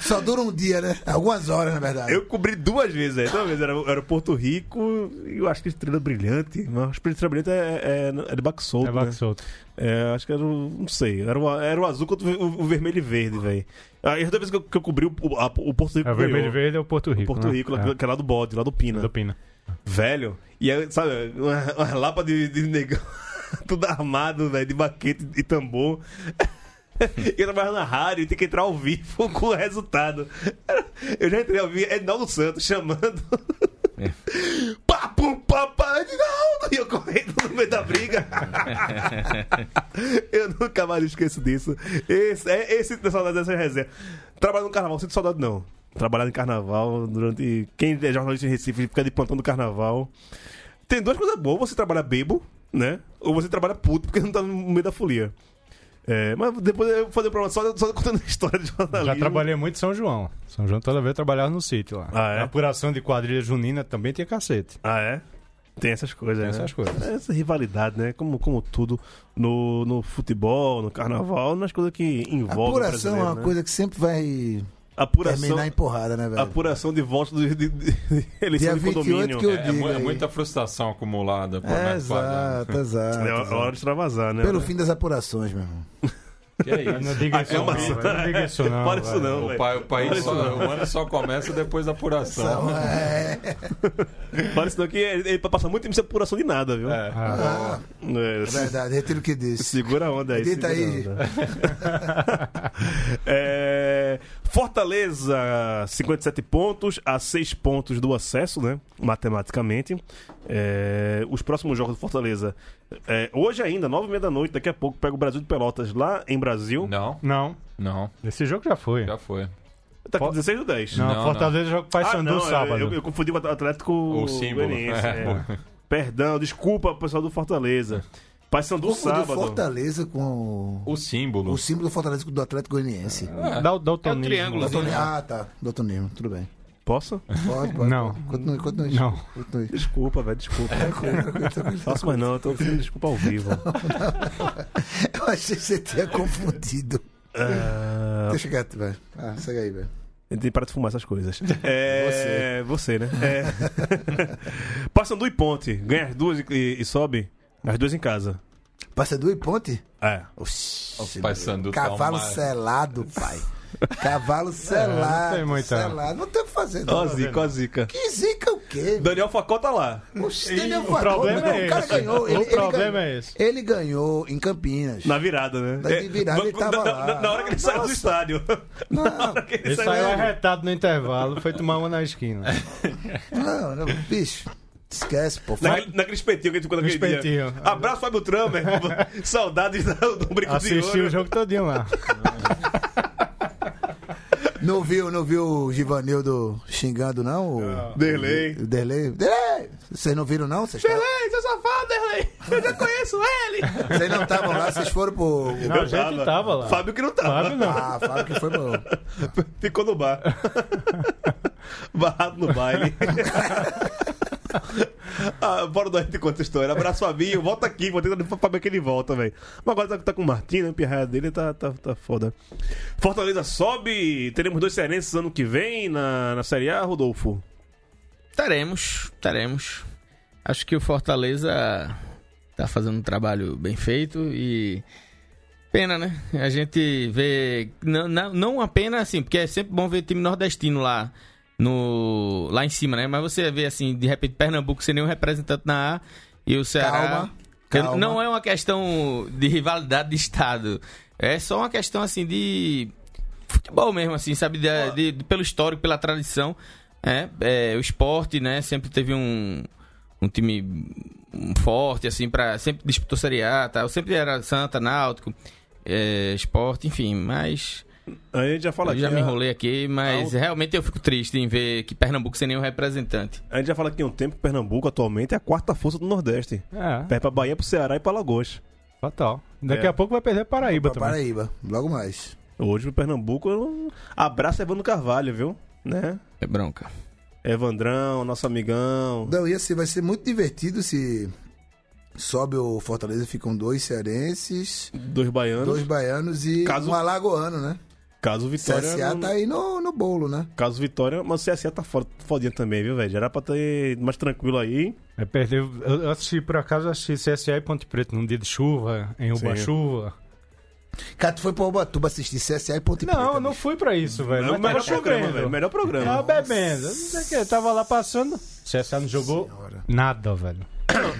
S2: Só dura um dia, né? Algumas horas, na verdade.
S1: Eu cobri duas vezes, velho. Uma vez era, era o Porto Rico e eu acho que Estrela Brilhante. Mas acho que Estrela Brilhante é, é, é de Baco Solto,
S3: É Baco
S1: né?
S3: Solto.
S1: É, acho que era o. Não sei. Era o, era o azul contra o, o vermelho e verde, velho. Aí toda vez que eu, que eu cobri o, o, a- o Porto Rico.
S3: É o
S1: ganhou.
S3: vermelho e verde é o Porto Rico.
S1: Porto
S3: né?
S1: Rico,
S3: é.
S1: lá- que é lá do bode, lá do Pina.
S3: do Pina.
S1: Velho. E aí, sabe, uma, uma lapa de, de negão, tudo armado, velho, de baquete e tambor. E eu trabalho na rádio e tem que entrar ao vivo com o resultado. Eu já entrei ao vivo, Edinaldo Santos chamando. Papo, papá, Edinaldo! E eu correndo no meio da briga. eu nunca mais esqueço disso. Esse, é, esse tem saudade dessa resenha. Trabalho no carnaval, sinto saudade não. Trabalhar no carnaval durante. Quem é jornalista em Recife fica de plantão do carnaval. Tem duas coisas boas: você trabalha bebo, né? Ou você trabalha puto porque não tá no meio da folia. É, mas depois eu vou fazer um programa só, só contando a história de jornalismo.
S3: Já trabalhei muito em São João. São João toda vez eu trabalhava no sítio lá.
S1: Ah, é?
S3: A apuração de quadrilha junina também tinha cacete.
S1: Ah, é? Tem essas coisas,
S3: Tem
S1: né?
S3: essas coisas.
S1: Essa rivalidade, né? Como, como tudo no, no futebol, no carnaval, nas coisas que
S2: A
S1: envolvem. o
S2: apuração é
S1: brasileiro,
S2: uma
S1: né?
S2: coisa que sempre vai
S1: Apuração,
S2: terminar em porrada, né, velho?
S1: apuração de votos do- de, de, de eleição
S2: Dia
S1: de
S2: 28
S1: condomínio. né?
S2: que eu
S4: É, é
S2: digo.
S4: mu- é
S2: aí.
S4: muita frustração acumulada por
S2: É,
S4: metro quadrado.
S2: exato, exato.
S1: É a
S2: exato.
S1: hora de extravasar, né?
S2: Pelo fim das apurações, meu irmão.
S4: Que é
S3: Não
S4: isso.
S1: Ah,
S3: diga isso, não,
S1: Aclamação.
S3: velho. não diga isso não.
S1: Para isso
S3: velho.
S1: não,
S4: O,
S1: velho.
S4: pai, o país só, o ano só começa depois da apuração.
S2: Então, é,
S1: Para isso não que ele ele passa muito tempo sem apuração de nada, viu?
S4: É.
S3: Ah,
S1: É,
S2: é verdade, retiro o que disse.
S1: Segura a onda aí.
S2: Edita
S1: segura a onda. É, Fortaleza, 57 pontos, a 6 pontos do acesso, né? Matematicamente. É, Os próximos jogos do Fortaleza. é, Hoje ainda, 9h30 da noite, daqui a pouco, pega o Brasil de Pelotas lá em Brasil.
S4: Não,
S3: Não,
S4: não,
S3: esse jogo já foi.
S4: já foi.
S1: Tá com 16 do 10.
S3: Não,
S4: Não, um
S3: Fortaleza joga com o
S1: Ah,
S3: Paysandu
S1: não,
S3: sábado.
S1: Eu, eu confundi com o Atlético
S4: O símbolo.
S1: Goianiense,
S4: É.
S1: é. Perdão, desculpa pessoal do Fortaleza. Paysandu
S2: Confundiu
S1: sábado.
S2: Fortaleza com o,
S4: O símbolo.
S2: o símbolo do Fortaleza com o do Atlético Goianiense.
S3: Dá
S4: É
S3: o, dá o
S4: um
S3: toninho.
S5: triângulozinho.
S2: Daltoni- Ah, tá. Daltonismo, tudo bem.
S1: Posso?
S2: Pode, pode.
S3: Não.
S2: pode. Continue,
S4: assim.
S2: continue.
S3: Não.
S2: Continue.
S1: Desculpa, velho, desculpa. Faço mais não, eu tô pedindo desculpa ao vivo.
S2: Eu achei que você tinha confundido.
S1: Ah,
S2: Deixa quieto, velho. Ah, segue aí, velho.
S1: Ele tem que parar de fumar essas coisas. É, você. né? É. Paysandu e Ponte. Ganha as duas e, e- e sobe. As duas em casa.
S2: Paysandu e Ponte?
S1: É.
S2: Oxi.
S4: Paysandu tá
S2: Cavalo
S4: uma-
S2: selado, pai. Cavalo selado.
S3: É, tem muita-
S2: Selado. Não tem o que fazer, não.
S1: Ó, zica, ó, zica.
S2: Que zica é o quê?
S1: Tá Daniel Facó tá lá.
S2: Oxe,
S3: E
S2: Daniel
S3: o
S2: Facó,
S3: problema
S2: meu,
S3: é
S2: o cara
S3: esse.
S2: ganhou.
S3: O
S2: ele- ele
S3: problema
S2: ganhou-
S3: é esse.
S2: Ele ganhou em Campinas.
S1: Na virada, né?
S2: Na virada ele
S1: É,
S2: tava
S1: na,
S2: lá.
S1: na- na hora que ele saiu do estádio.
S2: Não,
S1: Que ele
S3: Ele
S1: saiu-
S3: saiu arretado é no intervalo, foi tomar uma na esquina.
S1: É,
S2: não, não, bicho. Esquece, pô.
S1: Naquele, naquele espetinho que a gente ficou naquele dia.
S3: Espetinho.
S1: Abraço, Fábio Tramer. Saudades do, do Brinco de
S3: Assistiu o
S1: Ouro.
S3: jogo todinho lá.
S2: Não viu, não viu o Givanildo xingando, não? O-
S1: Derlei.
S2: O Derlei. Derlei! Vocês não viram, não? Vocês tavam-
S1: Derlei, seu safado, Derlei. Eu já conheço ele.
S2: vocês não estavam lá, vocês foram pro.
S3: Não, a gente tava, lá.
S1: Fábio que não tava.
S3: Fábio não.
S2: Ah, fala que foi bom.
S1: Ficou no bar. Barrado no baile. ah, bora do te conta a história. Abraço, Fabinho. Volta aqui. Vou tentar pra ver que ele volta, velho. Mas agora tá, tá com o Martim, né? O pirraia dele tá, tá, tá foda. Fortaleza sobe. Teremos dois serenses ano que vem na, na Série A, Rodolfo.
S5: Teremos, teremos. Acho que o Fortaleza tá fazendo um trabalho bem feito e. Pena, né? A gente vê. Não, não, não a pena, assim, porque é sempre bom ver time nordestino lá. No, lá em cima, né? Mas você vê assim, de repente, Pernambuco sem nenhum representante na A e o Ceará.
S2: Calma,
S5: Eu-
S2: calma.
S5: Não é uma questão de rivalidade de Estado. É só uma questão assim de futebol mesmo, assim, sabe? De- de- de- pelo histórico, pela tradição. É, é, o esporte, né? Sempre teve um, um time um forte, assim, para Sempre disputou Série A, tá? Eu sempre era Santa, Náutico, é, esporte, enfim, mas.
S1: Aí a gente já fala
S5: Eu já
S1: aqui,
S5: me
S1: ah,
S5: enrolei aqui, mas realmente eu fico triste em ver que Pernambuco sem nenhum representante.
S1: A gente já fala aqui há um tempo que Pernambuco atualmente é a quarta força do Nordeste.
S3: É,
S1: Perde pra Bahia, pro Ceará e pra Lagoas.
S3: fatal. Daqui
S1: É.
S3: a pouco vai perder Paraíba
S2: Pra
S3: também.
S2: Paraíba, logo mais.
S1: Hoje o Pernambuco. eu- Abraço Evandro Carvalho, viu? Né?
S5: É bronca.
S1: Evandrão, nosso amigão.
S2: Não, e assim, vai ser muito divertido se sobe o Fortaleza, ficam dois cearenses,
S1: Dois baianos.
S2: dois baianos e
S1: Caso-
S2: um alagoano, né?
S1: Caso Vitória.
S2: CSA
S1: não-
S2: tá aí no, no bolo, né?
S1: Caso Vitória, mas o CSA tá fora- fodinha também, viu, velho? Já Era pra ter mais tranquilo aí.
S3: É, perder. Eu eu assisti, por acaso, assisti CSA e Ponte Preta num dia de chuva, em
S1: Sim.
S3: Uba-chuva.
S2: Cara, tu foi pra Ubatuba assistir CSA e Ponte Preta.
S3: Não, eu não fui pra isso, velho.
S1: É o
S3: Mas
S1: melhor
S3: tava
S1: programa,
S3: chovendo.
S1: velho. É Melhor programa.
S3: Tava bebendo. Não sei o que, tava lá passando. CSA não jogou nada, velho.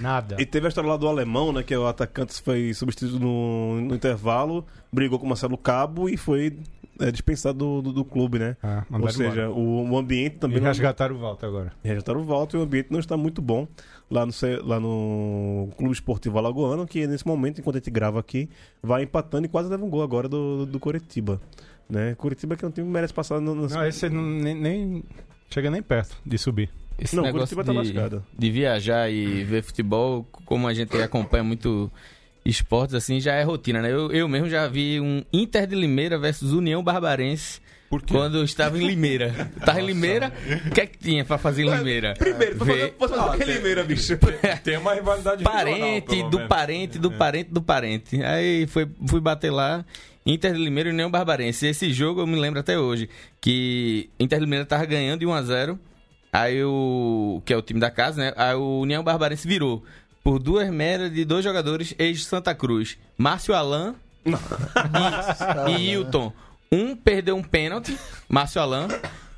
S3: Nada.
S1: E teve a história lá do alemão, né? Que o atacante foi substituído no, no intervalo, brigou com o Marcelo Cabo e foi é, dispensado do, do, do clube, né?
S3: Ah, mandaram
S1: Ou seja,
S3: embora.
S1: o, o ambiente
S3: E
S1: também. não-
S3: resgataram o Walter agora.
S1: Rejeitaram o voto e o ambiente não está muito bom lá no, ce- lá no Clube Esportivo Alagoano, que nesse momento, enquanto a gente grava aqui, vai empatando e quase leva um gol agora do, do Coritiba. Né? Curitiba que é um time que merece passar no. no-
S5: é
S3: Não, esse não, nem, nem- Chega nem perto de subir.
S5: Esse
S1: Não, o
S5: negócio
S1: Curitiba tá
S5: de,
S1: lascado.
S5: de viajar e ver futebol, como a gente acompanha muito esportes, assim, já é rotina, né? Eu, eu mesmo já vi um Inter de Limeira versus União Barbarense
S4: Por quê?
S5: quando eu estava em Limeira. Tava em Limeira, o que é que tinha pra fazer em Limeira?
S1: Primeiro, pra fazer,
S5: Ver
S1: pra fazer aquele Limeira, bicho.
S4: Tem uma rivalidade regional,
S5: parente
S4: pelo
S5: do
S4: menos.
S5: parente do parente do parente. Aí foi, fui bater lá. Inter de Limeira e União Barbarense. Esse jogo eu me lembro até hoje. Que Inter de Limeira tava ganhando de 1x0. Aí o. Que é o time da casa, né? Aí o União Barbarense virou. Por duas merdas de dois jogadores ex-Santa Cruz. Márcio Alain e Hilton. Um perdeu um pênalti, Márcio Alain.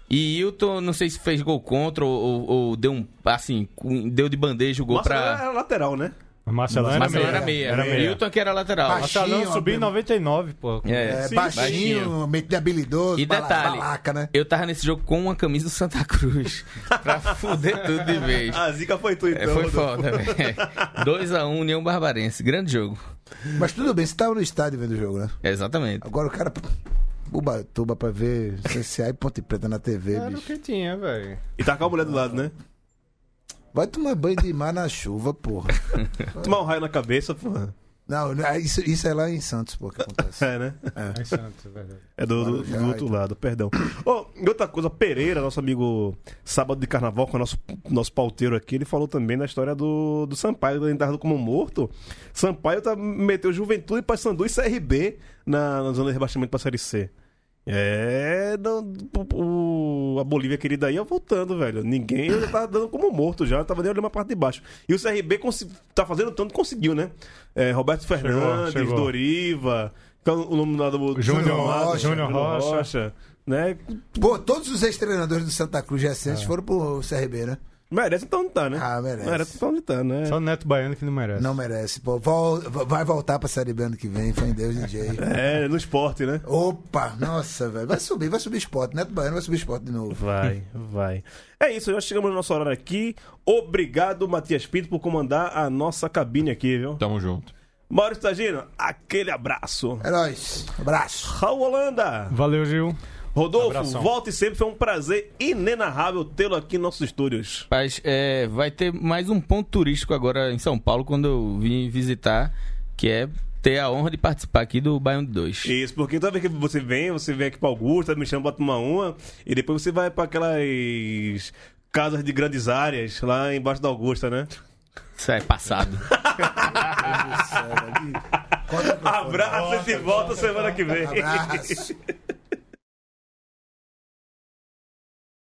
S5: E Hilton, não sei se fez gol contra ou, ou- ou deu um. Assim, deu de bandeja o gol
S1: Nossa,
S5: pra.
S1: era lateral, né?
S3: O Marcelão era
S5: Marcelo
S3: meia.
S5: era meia.
S3: Era meia.
S5: Hilton que era lateral.
S2: Baixinho,
S3: Marcelão subiu em 99, pô.
S5: É.
S2: É,
S5: Sim,
S2: baixinho, metido habilidoso,
S5: E
S2: bala-
S5: detalhe,
S2: balaca, né?
S5: eu tava nesse jogo com uma camisa do Santa Cruz. pra fuder tudo de vez.
S1: A zica foi tu, então.
S5: É, foi
S1: Rodolfo.
S5: foda, velho. 2x1, União Barbarense. Grande jogo.
S2: Mas tudo bem, você tava no estádio vendo o jogo, né?
S5: É, Exatamente.
S2: Agora o cara. Ubatuba pra ver CSA e Ponte Preta na TV,
S3: Era o
S2: bicho.
S3: que tinha, velho.
S1: E tá com a mulher do lado, né?
S2: Vai tomar banho de mar na chuva, porra.
S1: Tomar um raio na cabeça, porra.
S2: Não, não, isso, isso é lá em Santos, pô, que acontece.
S1: É, né?
S3: É santo, velho.
S1: É do, do- do outro lado, perdão. Ô, e outra coisa, Pereira, nosso amigo sábado de carnaval, com o nosso, nosso pauteiro aqui, ele falou também da história do, do Sampaio, do Lendardo como morto. Sampaio tá, meteu Juventude, Paysandu e CRB na, na zona de rebaixamento pra Série C. É, não- o- a Bolívia querida aí, ó, voltando, velho. Ninguém já tava dando como morto já, não tava nem olhando a parte de baixo. E o CRB consi- tá fazendo tanto que conseguiu, né? É, Roberto Fernandes,
S3: chegou.
S1: Doriva, Então, o nome lá do
S3: Júnior
S2: Rocha,
S3: Júnior Rocha.
S1: Né?
S2: Pô, todos os ex-treinadores do Santa Cruz recentes foram pro CRB, né?
S1: Merece então onde tá, né?
S2: Ah, merece.
S1: Merece então onde tá, né?
S3: Só o Neto Baiano que não merece.
S2: Não merece, pô. Vol- vai voltar pra Série B ano que vem, fé em Deus, DJ.
S1: É, no esporte, né?
S2: Opa, nossa, velho. Vai subir, vai subir esporte. Neto Baiano vai subir esporte de novo.
S1: Vai, vai. É isso, já chegamos no nosso horário aqui. Obrigado, Matias Pinto, por comandar a nossa cabine aqui, viu?
S4: Tamo junto.
S1: Mário Stagino, aquele abraço.
S2: É nóis. Abraço.
S1: Raul Holanda,
S3: Valeu, Gil.
S1: Rodolfo,
S3: Abração.
S1: volte sempre. Foi um prazer inenarrável tê-lo aqui em nossos estúdios.
S5: Mas é, vai ter mais um ponto turístico agora em São Paulo quando eu vim visitar, que é ter a honra de participar aqui do Baião de 2.
S1: Isso, porque toda vez que você vem, você vem aqui pra Augusta, me chama, bota uma uma, e depois você vai pra aquelas casas de grandes áreas lá embaixo da Augusta, né?
S5: Isso é passado.
S2: Conta pro-
S1: Abraço e volta semana que vem.
S2: Abraço.